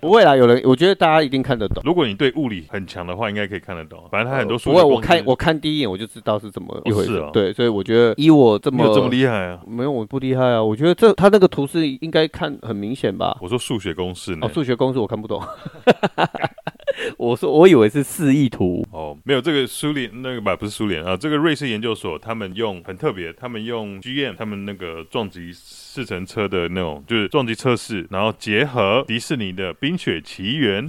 [SPEAKER 2] 不会啦，有人，我觉得大家一定看得懂。
[SPEAKER 1] 如果你对物理很强的话，应该可以看得懂。反正它很多数
[SPEAKER 2] 呃不
[SPEAKER 1] 学公式、
[SPEAKER 2] 会，我看我看第一眼我就知道是怎么一回
[SPEAKER 1] 是
[SPEAKER 2] 事
[SPEAKER 1] 啊。
[SPEAKER 2] 对，所以我觉得以我这
[SPEAKER 1] 没
[SPEAKER 2] 么
[SPEAKER 1] 有这么厉害啊。
[SPEAKER 2] 没有我不厉害啊，我觉得这他那个图示应该看很明显吧。
[SPEAKER 1] 我说数学公式呢
[SPEAKER 2] 哦，？数学公式我 看不懂。我说我以为是示意图，
[SPEAKER 1] 哦，没有这个苏联那个吧，不是苏联啊，这个瑞士研究所他们用很特别，他们用 GM 他们那个撞击四乘车的那种，就是撞击测试，然后结合迪士尼的《冰雪奇缘》，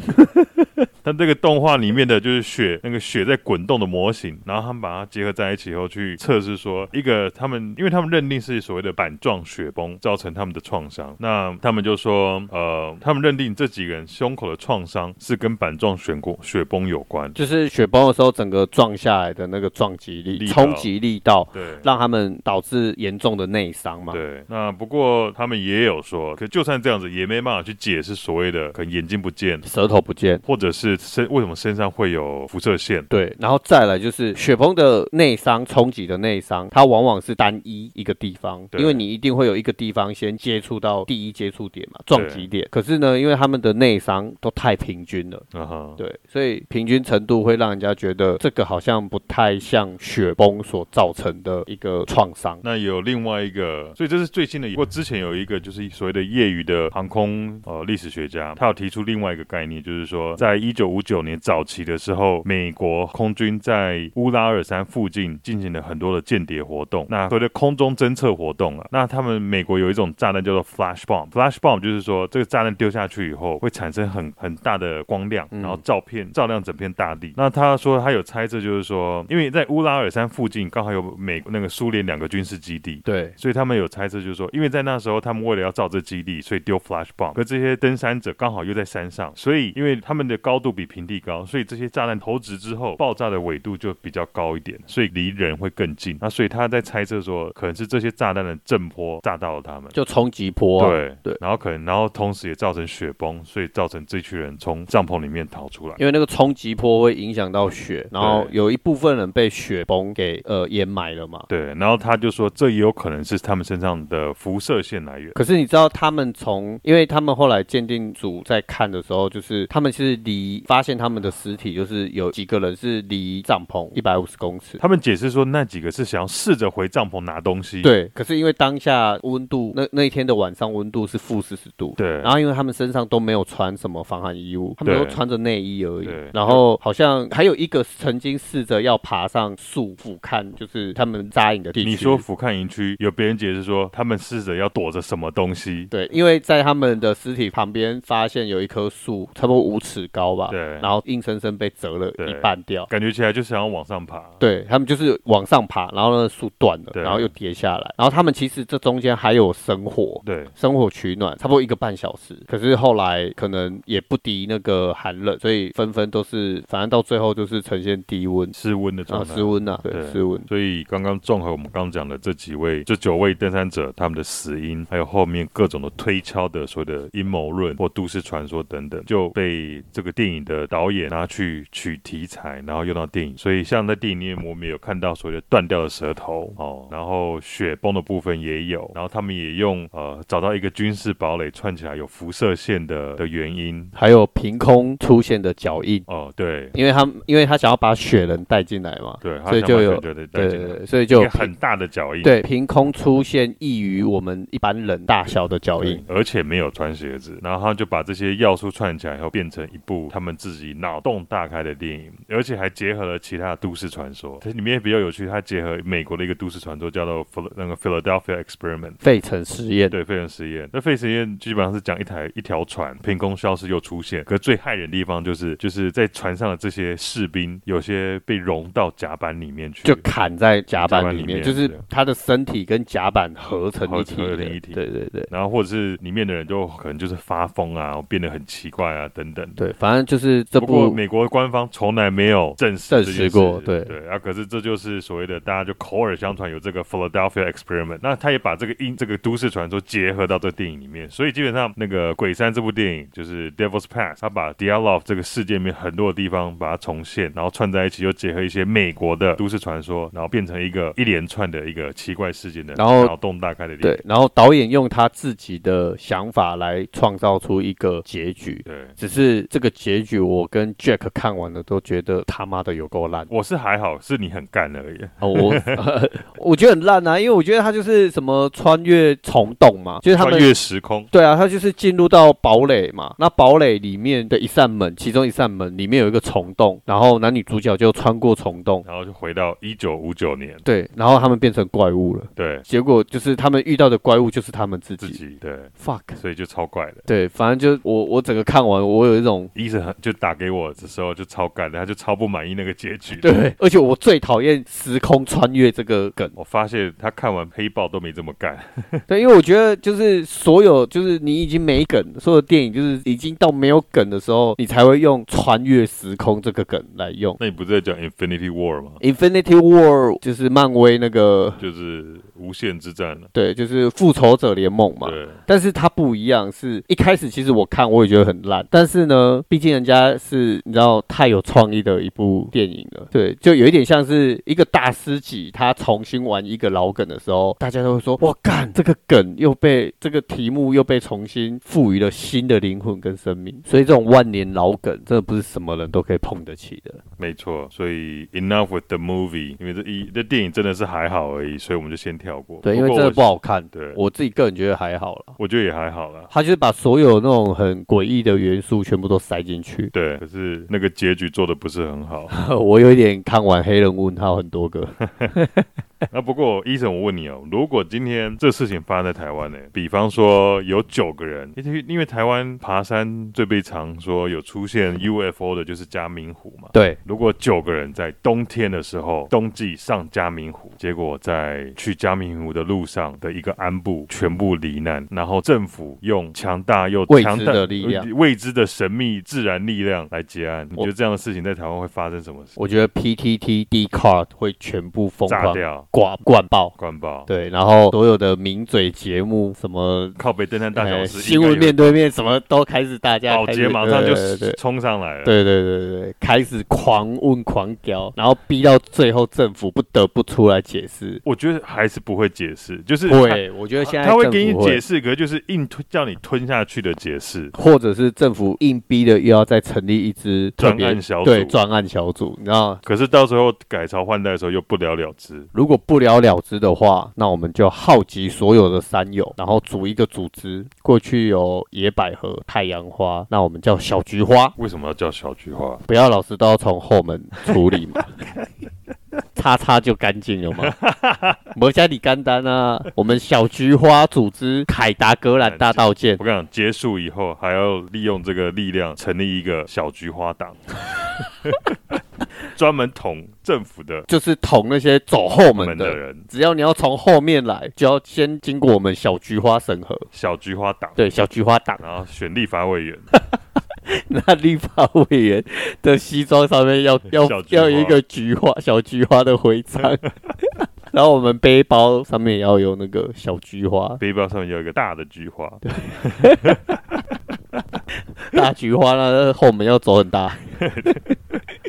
[SPEAKER 1] 它这个动画里面的就是雪那个雪在滚动的模型，然后他们把它结合在一起以后去测试说一个他们，因为他们认定是所谓的板状雪崩造成他们的创伤，那他们就说呃，他们认定这几个人胸口的创伤是跟板状雪崩雪崩有关。
[SPEAKER 2] 就是雪崩的时候整个撞下来的那个撞击力、
[SPEAKER 1] 力道
[SPEAKER 2] 冲击力道，
[SPEAKER 1] 对，
[SPEAKER 2] 让他们导致严重的内伤嘛。
[SPEAKER 1] 对，那不过他们也有说，可就算这样子，也没办法去解释所谓的可能眼睛不见，
[SPEAKER 2] 舌头不见。
[SPEAKER 1] 或者是身为什么身上会有辐射线。
[SPEAKER 2] 对，然后再来就是雪崩的内伤冲击的内伤，它往往是单一一个地方，
[SPEAKER 1] 对
[SPEAKER 2] 因为你一定会有一个地方先接触到第一接触点嘛，撞击点。可是呢，因为他们的内伤都太平均了，
[SPEAKER 1] 啊哈，
[SPEAKER 2] 对，所以平均程度会让人家觉得这个好像不太像雪崩所造成的一个创伤。
[SPEAKER 1] 那有另外一个，所以这是最新的。不过之前有一个就是所谓的业余的航空呃历史学家，他有提出另外一个概念，就是说，在一九五九年早期的时候，美国空军在乌拉尔山附近进行了很多的间谍活动，那所谓的空中侦测活动啊。那他们美国有一种炸弹叫做 flash bomb，flash bomb 就是说这个炸弹丢下去以后会产生很很大的光亮，
[SPEAKER 2] 嗯
[SPEAKER 1] 然后照片照亮整片大地。那他说他有猜测，就是说，因为在乌拉尔山附近刚好有美那个苏联两个军事基地。
[SPEAKER 2] 对，
[SPEAKER 1] 所以他们有猜测，就是说，因为在那时候，他们为了要造这基地，所以丢 flash bomb。可这些登山者刚好又在山上，所以因为他们的高度比平地高，所以这些炸弹投掷之后，爆炸的纬度就比较高一点，所以离人会更近。那所以他在猜测说，可能是这些炸弹的震波炸到了他们。
[SPEAKER 2] 就冲击波、啊。。
[SPEAKER 1] 对
[SPEAKER 2] 对
[SPEAKER 1] 然后可能，然后同时也造成雪崩，所以造成这群人从帐篷里面逃出来。
[SPEAKER 2] 因为那个冲击波会影响到雪，然后
[SPEAKER 1] 对
[SPEAKER 2] 有一部分人被雪崩给呃掩埋了嘛。
[SPEAKER 1] 对，然后他就说，这也有可能是他们身上的辐射线来源。
[SPEAKER 2] 可是你知道他们从，因为他们后来鉴定组在看的时候，就是他们其实离发现他们的尸体，就是有几个人是离帐篷一百五十公尺。
[SPEAKER 1] 他们解释说，那几个是想要试着回帐篷拿东西。
[SPEAKER 2] 对，可是因为当下温度，那那一天的晚上温度是负四十度，
[SPEAKER 1] 对，
[SPEAKER 2] 然后因为他们身上都没有穿什么防寒衣物，他们
[SPEAKER 1] 对
[SPEAKER 2] 都穿着内衣而已
[SPEAKER 1] 对。
[SPEAKER 2] 然后好像还有一个曾经试着要爬上树俯瞰，就是他们扎营的地区。
[SPEAKER 1] 你说俯瞰营区，有别人解释说他们试着要躲着什么东西。
[SPEAKER 2] 对，因为在他们的尸体旁边发现有一棵树，差不多五尺高吧，
[SPEAKER 1] 对
[SPEAKER 2] 然后硬生生被折了
[SPEAKER 1] 对
[SPEAKER 2] 一半掉。
[SPEAKER 1] 感觉起来就想要往上爬。
[SPEAKER 2] 对他们就是往上爬，然后那个树断了，
[SPEAKER 1] 对
[SPEAKER 2] 然后又跌下来，然后他们其实这中间还有生火，
[SPEAKER 1] 对，
[SPEAKER 2] 生火取暖，差不多一个半小时。可是后来可能也不敌那个寒冷，所以纷纷都是，反正到最后就是呈现低温
[SPEAKER 1] 失温的
[SPEAKER 2] 啊，
[SPEAKER 1] 状态。
[SPEAKER 2] 失温啊，对，
[SPEAKER 1] 对
[SPEAKER 2] 失温。
[SPEAKER 1] 所以刚刚综合我们刚刚讲的这几位、这九位登山者他们的死因，还有后面各种的推敲的所谓的阴谋论或都市传说等等，就被这个电影的导演拿去取题材，然后用到电影。所以像在电影里面，我们也有看到所谓的断掉的舌头哦，然后雪崩的部分也有，然后他们也用呃找到一个军事堡垒串起来有辐射线的的原因
[SPEAKER 2] 还有凭空出现的脚印，
[SPEAKER 1] 哦，对
[SPEAKER 2] 因为他们因为他想要把雪人带进来嘛，
[SPEAKER 1] 对，他
[SPEAKER 2] 所以
[SPEAKER 1] 想
[SPEAKER 2] 就
[SPEAKER 1] 把
[SPEAKER 2] 有
[SPEAKER 1] 雪对对
[SPEAKER 2] 对
[SPEAKER 1] 对
[SPEAKER 2] 对
[SPEAKER 1] 对，
[SPEAKER 2] 对，所以就
[SPEAKER 1] 一
[SPEAKER 2] 有
[SPEAKER 1] 个很大的脚印。
[SPEAKER 2] 对，凭空出现异于我们一般人大小的脚印。
[SPEAKER 1] 而且没有穿鞋子，然后他就把这些要素串起来以后，变成一部他们自己脑洞大开的电影，而且还结合了其他的都市传说。它里面也比较有趣，它结合美国的一个都市传说，叫做 Phil- 那个 Philadelphia Experiment。
[SPEAKER 2] 费城实验，
[SPEAKER 1] 对，费城实验。那费城实验基本上是讲一台一条船凭空消失又出现，可最害人的地方就是，就是在船上的这些士兵有些被融到甲板里面去，
[SPEAKER 2] 就砍在甲
[SPEAKER 1] 甲
[SPEAKER 2] 板
[SPEAKER 1] 板
[SPEAKER 2] 里
[SPEAKER 1] 里
[SPEAKER 2] 面，
[SPEAKER 1] 面
[SPEAKER 2] 就是
[SPEAKER 1] 对
[SPEAKER 2] 他的身体跟甲板合成一
[SPEAKER 1] 合
[SPEAKER 2] 体
[SPEAKER 1] 合
[SPEAKER 2] 的。
[SPEAKER 1] 成一体
[SPEAKER 2] 对对对
[SPEAKER 1] 然后或者是里面的人就可能就是发疯啊，变得很奇怪啊等等。
[SPEAKER 2] 对，反正就就是这
[SPEAKER 1] 不过
[SPEAKER 2] 部
[SPEAKER 1] 美国官方从来没有证实
[SPEAKER 2] 证
[SPEAKER 1] 这
[SPEAKER 2] 实
[SPEAKER 1] 件事
[SPEAKER 2] 过对
[SPEAKER 1] 对啊，可是这就是所谓的大家就口耳相传有这个 Philadelphia experiment，那他也把这个因这个都市传说结合到这电影里面，所以基本上那个《鬼山》这部电影就是 Devil's Pass，他把 d i a l o g 这个世界里面很多的地方把它重现，然后串在一起，又结合一些美国的都市传说，然后变成一个一连串的一个奇怪事件的
[SPEAKER 2] 然后
[SPEAKER 1] 脑洞大开的地
[SPEAKER 2] 对，然后导演用他自己的想法来创造出一个结局。
[SPEAKER 1] 对。
[SPEAKER 2] 只是这个结局，我跟 Jack 看完了都觉得他妈的有 够烂
[SPEAKER 1] 我是还好，是你很干而已。
[SPEAKER 2] 哦！我 我觉得很烂啊，因为我觉得他就是什么穿越虫洞嘛，就是他
[SPEAKER 1] 穿
[SPEAKER 2] 们
[SPEAKER 1] 越时空，
[SPEAKER 2] 对啊，他就是进入到堡垒嘛。那堡垒里面的一扇门，其中一扇门里面有一个虫洞，然后男女主角就穿过虫洞，
[SPEAKER 1] 然后就回到一九五九年。
[SPEAKER 2] 对，然后他们变成怪物了。
[SPEAKER 1] 对，
[SPEAKER 2] 结果就是他们遇到的怪物就是他们自己。
[SPEAKER 1] 自己对，
[SPEAKER 2] fuck。
[SPEAKER 1] 所以就超怪的。
[SPEAKER 2] 对，反正就我我整个看完，我有一种
[SPEAKER 1] 医生很就打给我的时候就超干的，他就超不满意那个结局。，
[SPEAKER 2] 对，而且我最讨厌时空穿越这个梗。
[SPEAKER 1] 我发现他看完黑豹都没这么干。
[SPEAKER 2] 对，因为我觉得就是所有就是你已经没梗，所有电影就是已经到没有梗的时候，你才会用穿越时空这个梗来用。
[SPEAKER 1] 那你不是在讲 Infinity War 吗？
[SPEAKER 2] Infinity War 就是漫威那个，
[SPEAKER 1] 就是无限之战了。
[SPEAKER 2] 对，就是复仇者联盟嘛。
[SPEAKER 1] 对，
[SPEAKER 2] 但是它不一样，是一开始其实我看我也觉得很烂，但是呢，毕竟人家是你知道太有创意的一部电影了，对，就有一点像是一个大师级，他重新玩一个老梗的时候，大家都会说，哇干，这个梗又被这个题目又被重新赋予了新的灵魂跟生命，所以这种万年老梗，真的不是什么人都可以碰得起的。
[SPEAKER 1] 没错。所以 Enough with the movie，因为这一这电影真的是还好而已，所以我们就先跳过。
[SPEAKER 2] 对，因为
[SPEAKER 1] 过
[SPEAKER 2] 真的
[SPEAKER 1] 我
[SPEAKER 2] 不好看，
[SPEAKER 1] 对
[SPEAKER 2] 我自己个人觉得还好了。
[SPEAKER 1] 我觉得也还好啦。
[SPEAKER 2] 他就是把所有那种很诡异的元素全部都塞进去，
[SPEAKER 1] 对，可是那个结局做的不是很好。
[SPEAKER 2] 我有一点看完黑人问号很 多个，
[SPEAKER 1] 那不过，医生，我问你哦，如果今天这事情发生在台湾呢？比方说有九个人，因为因为台湾爬山最被常说有出现 UFO 的，就是嘉明湖嘛。
[SPEAKER 2] 对，
[SPEAKER 1] 如果九个人在冬天的时候，冬季上嘉明湖，结果在去嘉明湖的路上的一个安部全部罹难，然后政府用强大又
[SPEAKER 2] 未知
[SPEAKER 1] 强大呃
[SPEAKER 2] 的力量、
[SPEAKER 1] 未知的神秘自然力量来结案，你觉
[SPEAKER 2] 我
[SPEAKER 1] 得这样的事情在台湾会发生什么事？
[SPEAKER 2] 我觉得 PTT D card 会全部疯
[SPEAKER 1] 炸
[SPEAKER 2] 狂
[SPEAKER 1] 掉、
[SPEAKER 2] 挂灌爆，
[SPEAKER 1] 灌爆、
[SPEAKER 2] 对，然后所有的名嘴节目什么。
[SPEAKER 1] 靠北侦探大小
[SPEAKER 2] 呃
[SPEAKER 1] 事、
[SPEAKER 2] 新闻面对面什么都开始，大家
[SPEAKER 1] 保
[SPEAKER 2] 开
[SPEAKER 1] 洁
[SPEAKER 2] 始
[SPEAKER 1] 马上就
[SPEAKER 2] 对对
[SPEAKER 1] 冲上来了。
[SPEAKER 2] 对对对对对，开始狂问狂屌，然后逼到最后，政府不得不出来解释。
[SPEAKER 1] 我觉得还是不会解释，就是他
[SPEAKER 2] 会，我觉得现在
[SPEAKER 1] 他会
[SPEAKER 2] 政
[SPEAKER 1] 给你
[SPEAKER 2] 府
[SPEAKER 1] 解释，可是就是硬吞叫你吞下去的解释。
[SPEAKER 2] 或者是政府硬逼的又要再成立一支特
[SPEAKER 1] 专
[SPEAKER 2] 别
[SPEAKER 1] 案小组，
[SPEAKER 2] 对专案小组，你知道，
[SPEAKER 1] 可是到时候改朝换代的时候又不了了之。
[SPEAKER 2] 如果不了了之的话，那我们就耗集所有的山友，然后组一个组织。过去有野百合、太阳花，那我们叫小菊花，
[SPEAKER 1] 为什么要叫小菊花？
[SPEAKER 2] 不要老是都要从后门处理 嘛。擦擦就干净了嘛，摩加里干单啊，我们小菊花组织凯达格兰大道建
[SPEAKER 1] 我，跟你讲，结束以后还要利用这个力量成立一个小菊花 党，专门捅政府的
[SPEAKER 2] 就是捅那些走后门
[SPEAKER 1] 门
[SPEAKER 2] 的
[SPEAKER 1] 的
[SPEAKER 2] 人。
[SPEAKER 1] 人。
[SPEAKER 2] 只要你要从后面来，就要先经过我们小菊花审核，
[SPEAKER 1] 小菊花党，
[SPEAKER 2] 对，小菊花党。
[SPEAKER 1] 然后选立法委员，
[SPEAKER 2] 那立法委员的西装上面要要
[SPEAKER 1] 小菊花
[SPEAKER 2] 要有一个菊花小菊花的徽章，然后我们背包上面也要有那个小菊 花，
[SPEAKER 1] 背包上面有一个大的菊花，
[SPEAKER 2] 大菊花呢后门要走很大。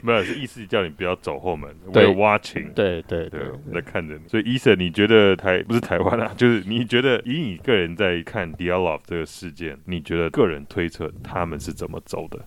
[SPEAKER 1] 没有，是意思叫你不要走后门，为
[SPEAKER 2] 对
[SPEAKER 1] 了挖情。
[SPEAKER 2] 对对对
[SPEAKER 1] 对，，我们在看着你。所以，医生，你觉得台不是台湾啊？就是你觉得以你个人在看 d i a l o g 这个事件，你觉得个人推测他们是怎么走的？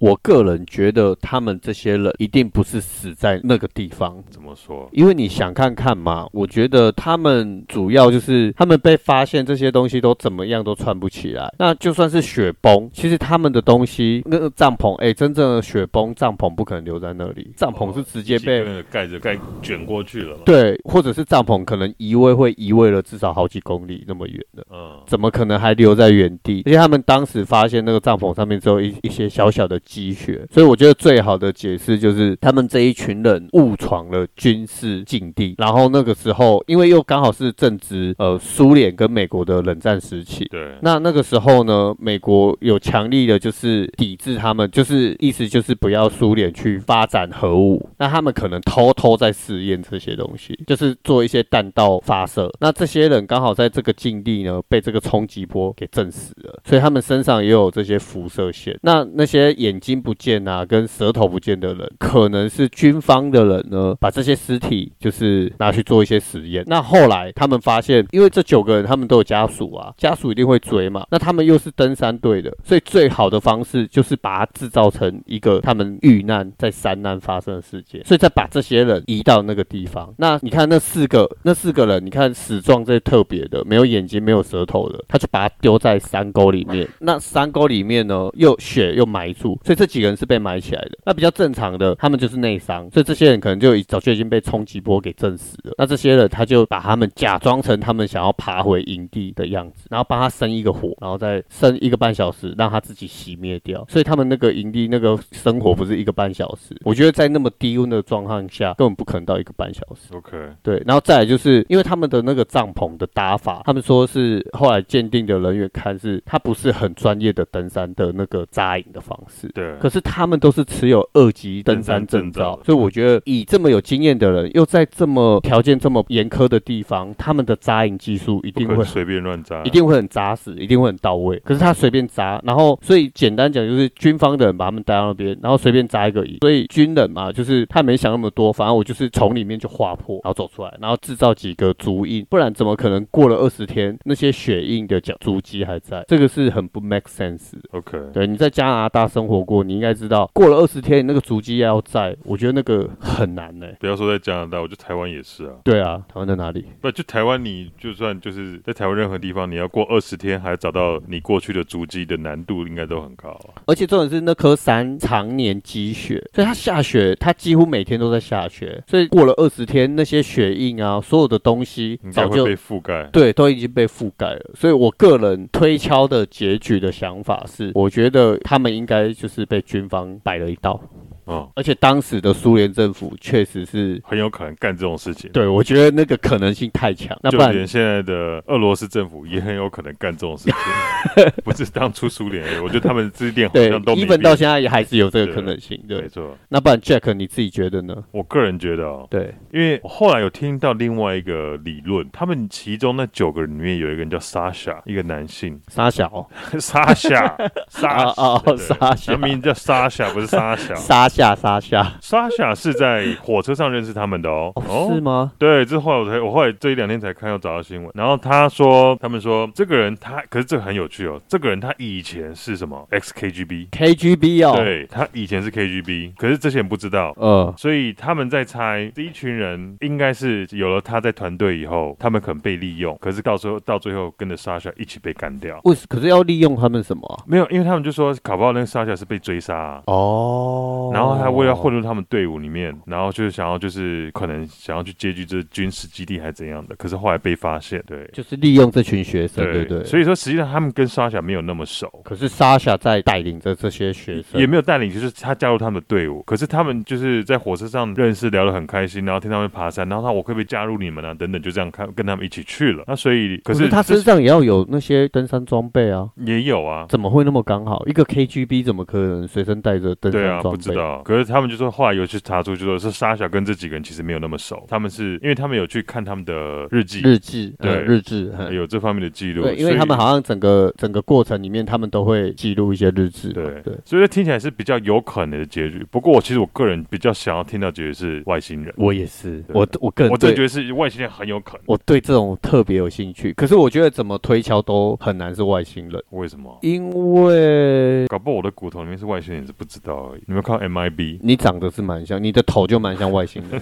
[SPEAKER 2] 我个人觉得他们这些人一定不是死在那个地方，
[SPEAKER 1] 怎么说？
[SPEAKER 2] 因为你想看看嘛，我觉得他们主要就是他们被发现这些东西都怎么样都串不起来。那就算是雪崩，其实他们的东西那个帐篷，哎，真正的雪崩帐篷不可能留在那里，帐篷是直接被、
[SPEAKER 1] 被盖着盖卷过去了嘛？
[SPEAKER 2] 对，或者是帐篷可能移位会移位了至少好几公里那么远的。
[SPEAKER 1] 嗯，
[SPEAKER 2] 怎么可能还留在原地？而且他们当时发现那个帐篷上面只有一一些小小的积雪，所以我觉得最好的解释就是他们这一群人误闯了军事境地，然后那个时候因为又刚好是正值呃苏联跟美国的冷战时期，
[SPEAKER 1] 对，
[SPEAKER 2] 那那个时候呢，美国有强力的，就是抵制他们，就是意思就是不要苏联去发展核武。那他们可能偷偷在试验这些东西，就是做一些弹道发射。那这些人刚好在这个境地呢，被这个冲击波给震死了，所以他们身上也有这些辐射线。那那些眼睛不见啊，跟舌头不见的人，可能是军方的人呢，把这些尸体就是拿去做一些实验。那后来他们发现，因为这九个人他们都有家属啊，家属一定会追嘛。那他们又是登山队的，所以最好的方式就是把它制造成一个他们遇难在山难发生的事件，所以再把这些人移到那个地方。那你看那四个那四个人，你看死状最特别的，没有眼睛没有舌头的，他就把它丢在山沟里面。那山沟里面呢，又雪又埋住，所以这几个人是被埋起来的。那比较正常的，他们就是内伤，所以这些人可能就已早就已经被冲击波给震死了。那这些人他就把他们假装成他们想要爬回营地的样子，然后帮他生一个火，然后再生一个半小时，让他自己熄灭掉。所以他们那个营地那个生活不是一个半小时，我觉得在那么低温的状况下，根本不可能到一个半小时。
[SPEAKER 1] OK，
[SPEAKER 2] 对，然后再来就是因为他们的那个帐篷的搭法，他们说是后来鉴定的人员看是它不是很专业的登山的那个扎营的方式。
[SPEAKER 1] 对，
[SPEAKER 2] 可是他们都是持有二级登山证照，所以我觉得以这么有经验的人，又在这么条件这么严苛的地方，他们的扎营技术一
[SPEAKER 1] 不
[SPEAKER 2] 定
[SPEAKER 1] 可
[SPEAKER 2] 会
[SPEAKER 1] 能随便乱扎，
[SPEAKER 2] 一定会很扎实，一定会很到位。可是他随便扎，然后所以简单讲就是军方的人把他们带到那边，然后随便扎一个营。所以军人嘛，就是他没想那么多，反正我就是从里面就划破，然后走出来，然后制造几个足印，不然怎么可能过了二十天那些血印的脚足迹还在？这个是很不 make sense 的。
[SPEAKER 1] OK，
[SPEAKER 2] 对，你在加拿大生活过，你应该知道，过了二十天，你那个足迹要在，我觉得那个很难呢、
[SPEAKER 1] 不要说在加拿大，我觉得台湾也是啊。
[SPEAKER 2] 对啊，台湾在哪里？
[SPEAKER 1] 不，就台湾，你就算就是在台湾任何地方，你要过二十天还找到你过去的足迹的难度，应该都很高啊、
[SPEAKER 2] 而且重点是那颗山常年积雪，所以它下雪，它几乎每天都在下雪，所以过了二十天，那些雪印啊，所有的东西
[SPEAKER 1] 应该
[SPEAKER 2] 早
[SPEAKER 1] 会
[SPEAKER 2] 就
[SPEAKER 1] 被覆盖。
[SPEAKER 2] 对都已经被覆盖了。所以我个人推敲的结局的想法是，我觉得他们应该就是被军方摆了一道，
[SPEAKER 1] 嗯，
[SPEAKER 2] 而且当时的苏联政府确实是。
[SPEAKER 1] 很有可能干这种事情。
[SPEAKER 2] 对，我觉得那个可能性太强，那不
[SPEAKER 1] 就
[SPEAKER 2] 然
[SPEAKER 1] 连现在的俄罗斯政府也很有可能干这种 事情，不是当初苏联而已，我觉得他们这点好
[SPEAKER 2] 对
[SPEAKER 1] 像都没
[SPEAKER 2] ，even
[SPEAKER 1] 变
[SPEAKER 2] 到现在也还是有这个可能性。
[SPEAKER 1] 没
[SPEAKER 2] 对，
[SPEAKER 1] 错。
[SPEAKER 2] 那不然 Jack 你自己觉得呢？
[SPEAKER 1] 我个人觉得哦，
[SPEAKER 2] 对，
[SPEAKER 1] 因为我后来有听到另外一个理论，他们其中那九个人里面有一个人叫 Sasha，一个男性
[SPEAKER 2] 沙小
[SPEAKER 1] Sasha，
[SPEAKER 2] 啊啊啊，沙小
[SPEAKER 1] 他，名字叫 Sasha，不是 Sasha。
[SPEAKER 2] 沙夏沙夏，
[SPEAKER 1] Sasha 是在火车上认识他们的哦。
[SPEAKER 2] 哦，是吗？
[SPEAKER 1] 对，这后来我才，我后来这一两天才看到找到新闻，然后他说，他们说这个人他，可是这个很有趣哦，这个人他以前是什么 XKGB，、
[SPEAKER 2] KGB 哦，，
[SPEAKER 1] 对他以前是 KGB，可是这些人不知道。
[SPEAKER 2] 呃，
[SPEAKER 1] 所以他们在猜这一群人应该是有了他在团队以后，他们可能被利用，可是到时候到最后跟着 Sasha 一起被干掉。
[SPEAKER 2] 为什可是要利用他们什么啊？
[SPEAKER 1] 没有，因为他们就说搞不好那个 Sasha 是被追杀啊、
[SPEAKER 2] 哦
[SPEAKER 1] 然后他为了混入他们队伍里面，然后就是想要就是可能想要去接据这军事基地还是怎样的，可是后来被发现，对
[SPEAKER 2] 就是利用这群学生，对对，
[SPEAKER 1] 所
[SPEAKER 2] 以
[SPEAKER 1] 以说实际上他们跟沙小没有那么熟。
[SPEAKER 2] 可是沙夏在带领着这些学生，
[SPEAKER 1] 也没有带领，就是他加入他们的队伍。可是他们就是在火车上认识，聊得很开心，然后听他们爬山，然后他我可不可以加入你们啊？等等，就这样看跟他们一起去了。那所以，可
[SPEAKER 2] 可
[SPEAKER 1] 是
[SPEAKER 2] 他
[SPEAKER 1] 这
[SPEAKER 2] 身上也要有那些登山装备啊。
[SPEAKER 1] 也有啊，
[SPEAKER 2] 怎么会那么刚好？一个 KGB 怎么可能随身带着登
[SPEAKER 1] 对
[SPEAKER 2] 山
[SPEAKER 1] 啊，
[SPEAKER 2] 装
[SPEAKER 1] 不
[SPEAKER 2] 备？
[SPEAKER 1] 知道。可是他们就说，后来有去查出，就说是沙小跟这几个人其实没有那么熟，他们是因为他们有去看他们的日记，
[SPEAKER 2] 日志，
[SPEAKER 1] 对
[SPEAKER 2] 呃日志，嗯
[SPEAKER 1] 有这方面的记录，
[SPEAKER 2] 对，因为
[SPEAKER 1] 所以
[SPEAKER 2] 他们好像整个整个过程里面，他们都会记录一些日志嘛。
[SPEAKER 1] 对
[SPEAKER 2] 对，
[SPEAKER 1] 所以这听起来是比较有可能的结局。不过我其实我个人比较想要听到结局是外星人，
[SPEAKER 2] 我也是，
[SPEAKER 1] 对
[SPEAKER 2] 我我个人
[SPEAKER 1] 我真的觉
[SPEAKER 2] 嗯对
[SPEAKER 1] 得是外星人很有可能。
[SPEAKER 2] 我对这种特别有兴趣，可是我觉得怎么推敲都很难是外星人，
[SPEAKER 1] 为什么？
[SPEAKER 2] 因为
[SPEAKER 1] 搞不好我的骨头里面是外星人，你是不知道而已。你们看 MIB，
[SPEAKER 2] 你 长得是蛮像，你的头就蛮像外星人。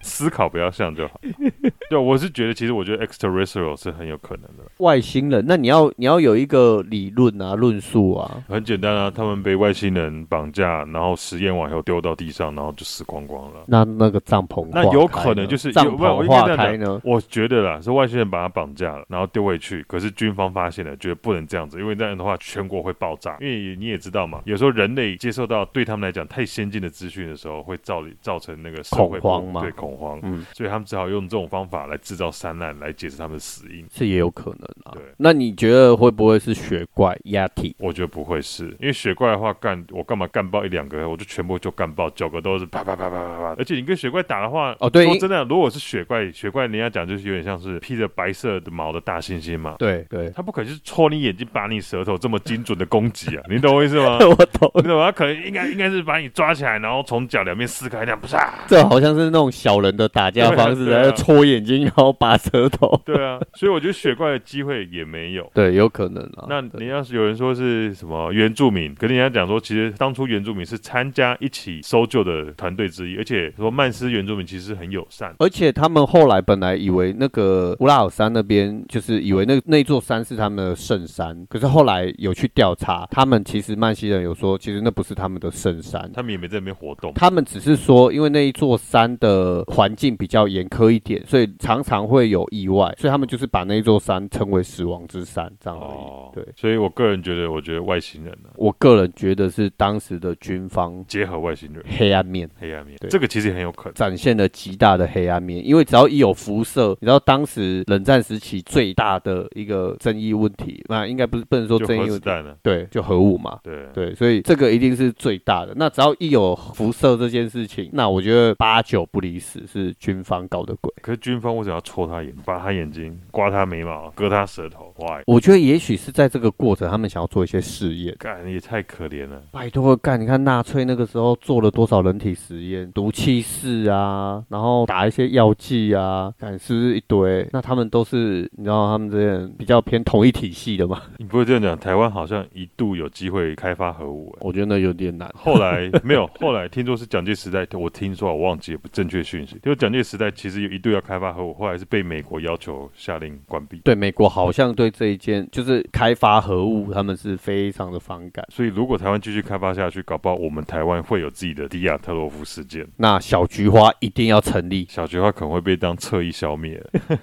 [SPEAKER 1] 思考不要像就好。 对，我是觉得，其实我觉得 extraterrestrial 是很有可能的。
[SPEAKER 2] 外星人，那你要你要有一个理论啊、论述啊。
[SPEAKER 1] 很简单啊，他们被外星人绑架，然后实验完以后丢到地上，然后就死光光了。
[SPEAKER 2] 那那个帐篷
[SPEAKER 1] 那
[SPEAKER 2] 化
[SPEAKER 1] 有
[SPEAKER 2] 开
[SPEAKER 1] 可能
[SPEAKER 2] 呢
[SPEAKER 1] 就是
[SPEAKER 2] 帐
[SPEAKER 1] 有不然我
[SPEAKER 2] 篷
[SPEAKER 1] 应该这
[SPEAKER 2] 化
[SPEAKER 1] 样讲
[SPEAKER 2] 开呢？
[SPEAKER 1] 我觉得啦，是外星人把他绑架了，然后丢回去。可是军方发现了，觉得不能这样子，因为这样的话全国会爆炸。因为你也知道嘛，有时候人类接受到对他们来讲太先进的资讯的时候，会造造成那个社会不
[SPEAKER 2] 恐慌嘛
[SPEAKER 1] 对恐慌，
[SPEAKER 2] 嗯，
[SPEAKER 1] 所以他们只好用这种方法来制造灾难，来解释他们的死因。嗯
[SPEAKER 2] 是也有可能啊
[SPEAKER 1] 对。
[SPEAKER 2] 那你觉得会不会是雪怪、压体？
[SPEAKER 1] 我觉得不会是，因为雪怪的话干我干嘛干爆一两个，我就全部就干爆，九个都是啪啪啪啪啪啪。 而且你跟雪怪打的话，
[SPEAKER 2] 哦对
[SPEAKER 1] 说
[SPEAKER 2] 因
[SPEAKER 1] 真的，如果是雪怪，雪怪人家讲就是有点像是披着白色的毛的大猩猩嘛，
[SPEAKER 2] 对对，
[SPEAKER 1] 他不可能就是戳你眼睛、拔你舌头这么精准的攻击啊，你懂我意思 吗？
[SPEAKER 2] 我懂。
[SPEAKER 1] 你懂吗？他可能应该应该是把你抓起来，然后从脚两边撕开，那样不是啊？
[SPEAKER 2] 这好像是那种小人的打架方 式，
[SPEAKER 1] 对啊
[SPEAKER 2] 然
[SPEAKER 1] 对啊
[SPEAKER 2] 后戳眼睛，然后拔舌头。
[SPEAKER 1] 对啊，所以我觉得雪怪的机会也没有。
[SPEAKER 2] 对，有可能啊。
[SPEAKER 1] 那
[SPEAKER 2] 对
[SPEAKER 1] 你要是有人说是什么原住民，可是人家讲说，其实当初原住民是参加一起搜救的团队之一，而且说曼斯原住民其实很友善。
[SPEAKER 2] 而且他们后来本来以为那个乌拉尔山那边，就是以为那那座山是他们的圣山，可是后来有去调查，他们其实曼西人有说，其实那不是他们的圣山。
[SPEAKER 1] 他们也没在那边活动，
[SPEAKER 2] 他们只是说，因为那一座山的环境比较严苛一点，所以常常会有意外，所以他们就是把那一座山称为死亡之山这样而
[SPEAKER 1] 哦
[SPEAKER 2] 已。对，
[SPEAKER 1] 所以我个人觉得，我觉得外星人呢、
[SPEAKER 2] 我个人觉得是当时的军方
[SPEAKER 1] 结合外 星人、
[SPEAKER 2] 黑暗面。
[SPEAKER 1] 黑暗面，
[SPEAKER 2] 对
[SPEAKER 1] 这个其实也很有可能。
[SPEAKER 2] 展现了极大的黑暗面，因为只要一有辐射，你知道当时冷战时期最大的一个争议问题，那应该不是不能说
[SPEAKER 1] 就
[SPEAKER 2] 争
[SPEAKER 1] 核
[SPEAKER 2] 议
[SPEAKER 1] 子
[SPEAKER 2] 问题，
[SPEAKER 1] 弹呢、
[SPEAKER 2] 对，就核武嘛，
[SPEAKER 1] 对，
[SPEAKER 2] 对，所以这个一定是最大的。那只要一有辐射这件事情，那我觉得八九不离十是军方搞的鬼。
[SPEAKER 1] 可是军方为什么要戳他眼、拔他眼睛、刮他眉毛、割他舌头？Why？
[SPEAKER 2] 我觉得也许是在这个过程，他们想要做一些试验。
[SPEAKER 1] 干也太可怜了。
[SPEAKER 2] 拜托，干！你看纳粹那个时候做了多少人体实验，毒气室啊，然后打一些药剂啊，干是不是一堆？那他们都是你知道他们这些人比较偏同一体系的嘛？
[SPEAKER 1] 你不会这样讲，台湾好像一度有机会开发核武、欸
[SPEAKER 2] 我觉得那有点难。
[SPEAKER 1] 后来没有，后来听说是蒋介石代，我听说啊我忘记了不正确讯息，就是蒋介石代其实有一度要开发核武，后来是被美国要求下令关闭。
[SPEAKER 2] 对美国好像对这一件就是开发核武，他们是非常的反感。
[SPEAKER 1] 所以如果台湾继续开发下去，搞不好我们台湾会有自己的迪亚特洛夫事件，
[SPEAKER 2] 那小菊花一定要成立
[SPEAKER 1] 小菊花可能会被当侧翼消灭。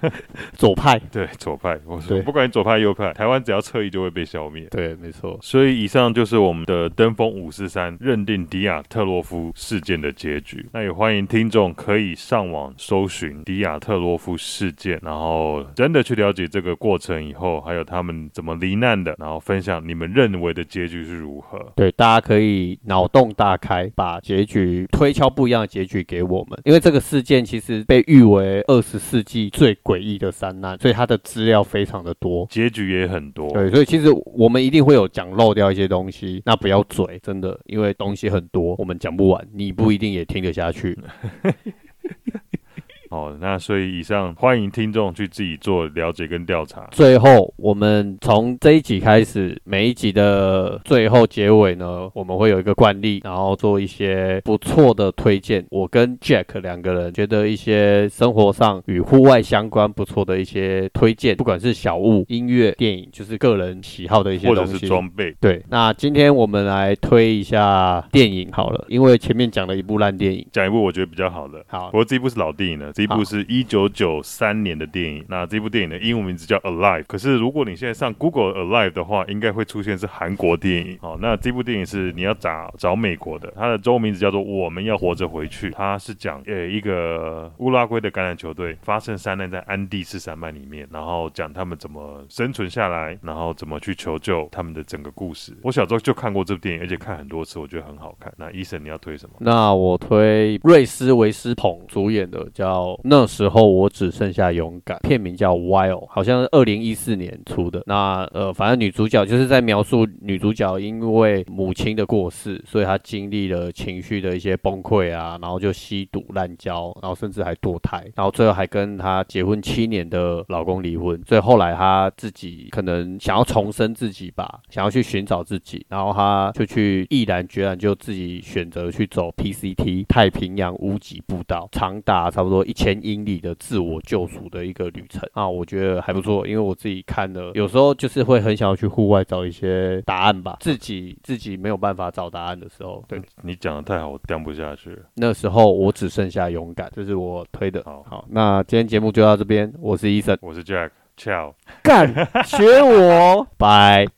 [SPEAKER 2] 左派。
[SPEAKER 1] 对，左派，我说
[SPEAKER 2] 对
[SPEAKER 1] 不管你左派右派，台湾只要侧翼就会被消灭。
[SPEAKER 2] 对，没错。
[SPEAKER 1] 所以以上就是我们的登峰五四三认定迪亚特洛夫事件的结局。那也欢迎听众可以上网搜寻迪亚特洛夫事件，然后真的去了解这个过程以后，还有他们怎么罹难的，然后分享你们认为的结局是如何。
[SPEAKER 2] 对，大家可以脑洞大开，把结局推敲不一样的结局给我们，因为这个事件其实被誉为二十世纪最诡异的三难，所以它的资料非常的多。
[SPEAKER 1] 结局也很多，
[SPEAKER 2] 对，所以其实我们一定会有讲漏掉一些东西，那不要嘴，真的，因为东西很多，我们讲不完，你不一定也听得下去。
[SPEAKER 1] 哦，那所以以上欢迎听众去自己做了解跟调查。
[SPEAKER 2] 最后，我们从这一集开始，每一集的最后结尾呢，我们会有一个惯例，然后做一些不错的推荐。我跟 Jack 两个人觉得一些生活上与户外相关不错的一些推荐，不管是小物、音乐、电影，就是个人喜好的一些
[SPEAKER 1] 或者
[SPEAKER 2] 东
[SPEAKER 1] 是
[SPEAKER 2] 西。
[SPEAKER 1] 装备，
[SPEAKER 2] 对，那今天我们来推一下电影好了，因为前面讲了一部烂电影。
[SPEAKER 1] 讲一部我觉得比较好的。
[SPEAKER 2] 好
[SPEAKER 1] 不，过这一部是老电影了，这一部
[SPEAKER 2] 好
[SPEAKER 1] 是一九九三年的电影。那这部电影的英文名字叫《Alive》，可是如果你现在上 Google Alive 的话，应该会出现是韩国电影。好，那这部电影是你要找找美国的，它的中文名字叫做《我们要活着回去》。它是讲呃一个乌拉圭的橄榄球队发生山难在安第斯山脉里面，然后讲他们怎么生存下来，然后怎么去求救他们的整个故事。我小时候就看过这部电影，而且看很多次，我觉得很好看。那医生你要推什么？
[SPEAKER 2] 那我推瑞斯维斯彭主演的叫《那时候我只剩下勇敢》，片名叫《Wild》，好像是二零一四年出的。那呃，反正女主角就是在描述女主角因为母亲的过世，所以她经历了情绪的一些崩溃啊，然后就吸毒、滥交，然后甚至还堕胎，然后最后还跟她结婚七年的老公离婚。所以后来她自己可能想要重生自己吧，想要去寻找自己，然后她就去毅然决然就自己选择去走 PCT 太平洋屋脊步道，长达差不多一千一阴里的自我救赎的一个旅程啊，我觉得还不错，因为我自己看了，有时候就是会很想要去户外找一些答案吧，自己自己没有办法找答案的时候，
[SPEAKER 1] 对你讲的太好，我掉不下去了。
[SPEAKER 2] 那时候我只剩下勇敢，这是我推的。
[SPEAKER 1] 好
[SPEAKER 2] 好，那今天节目就到这边，我是医生，
[SPEAKER 1] 我是 Jack，ciao。
[SPEAKER 2] 干学我，拜。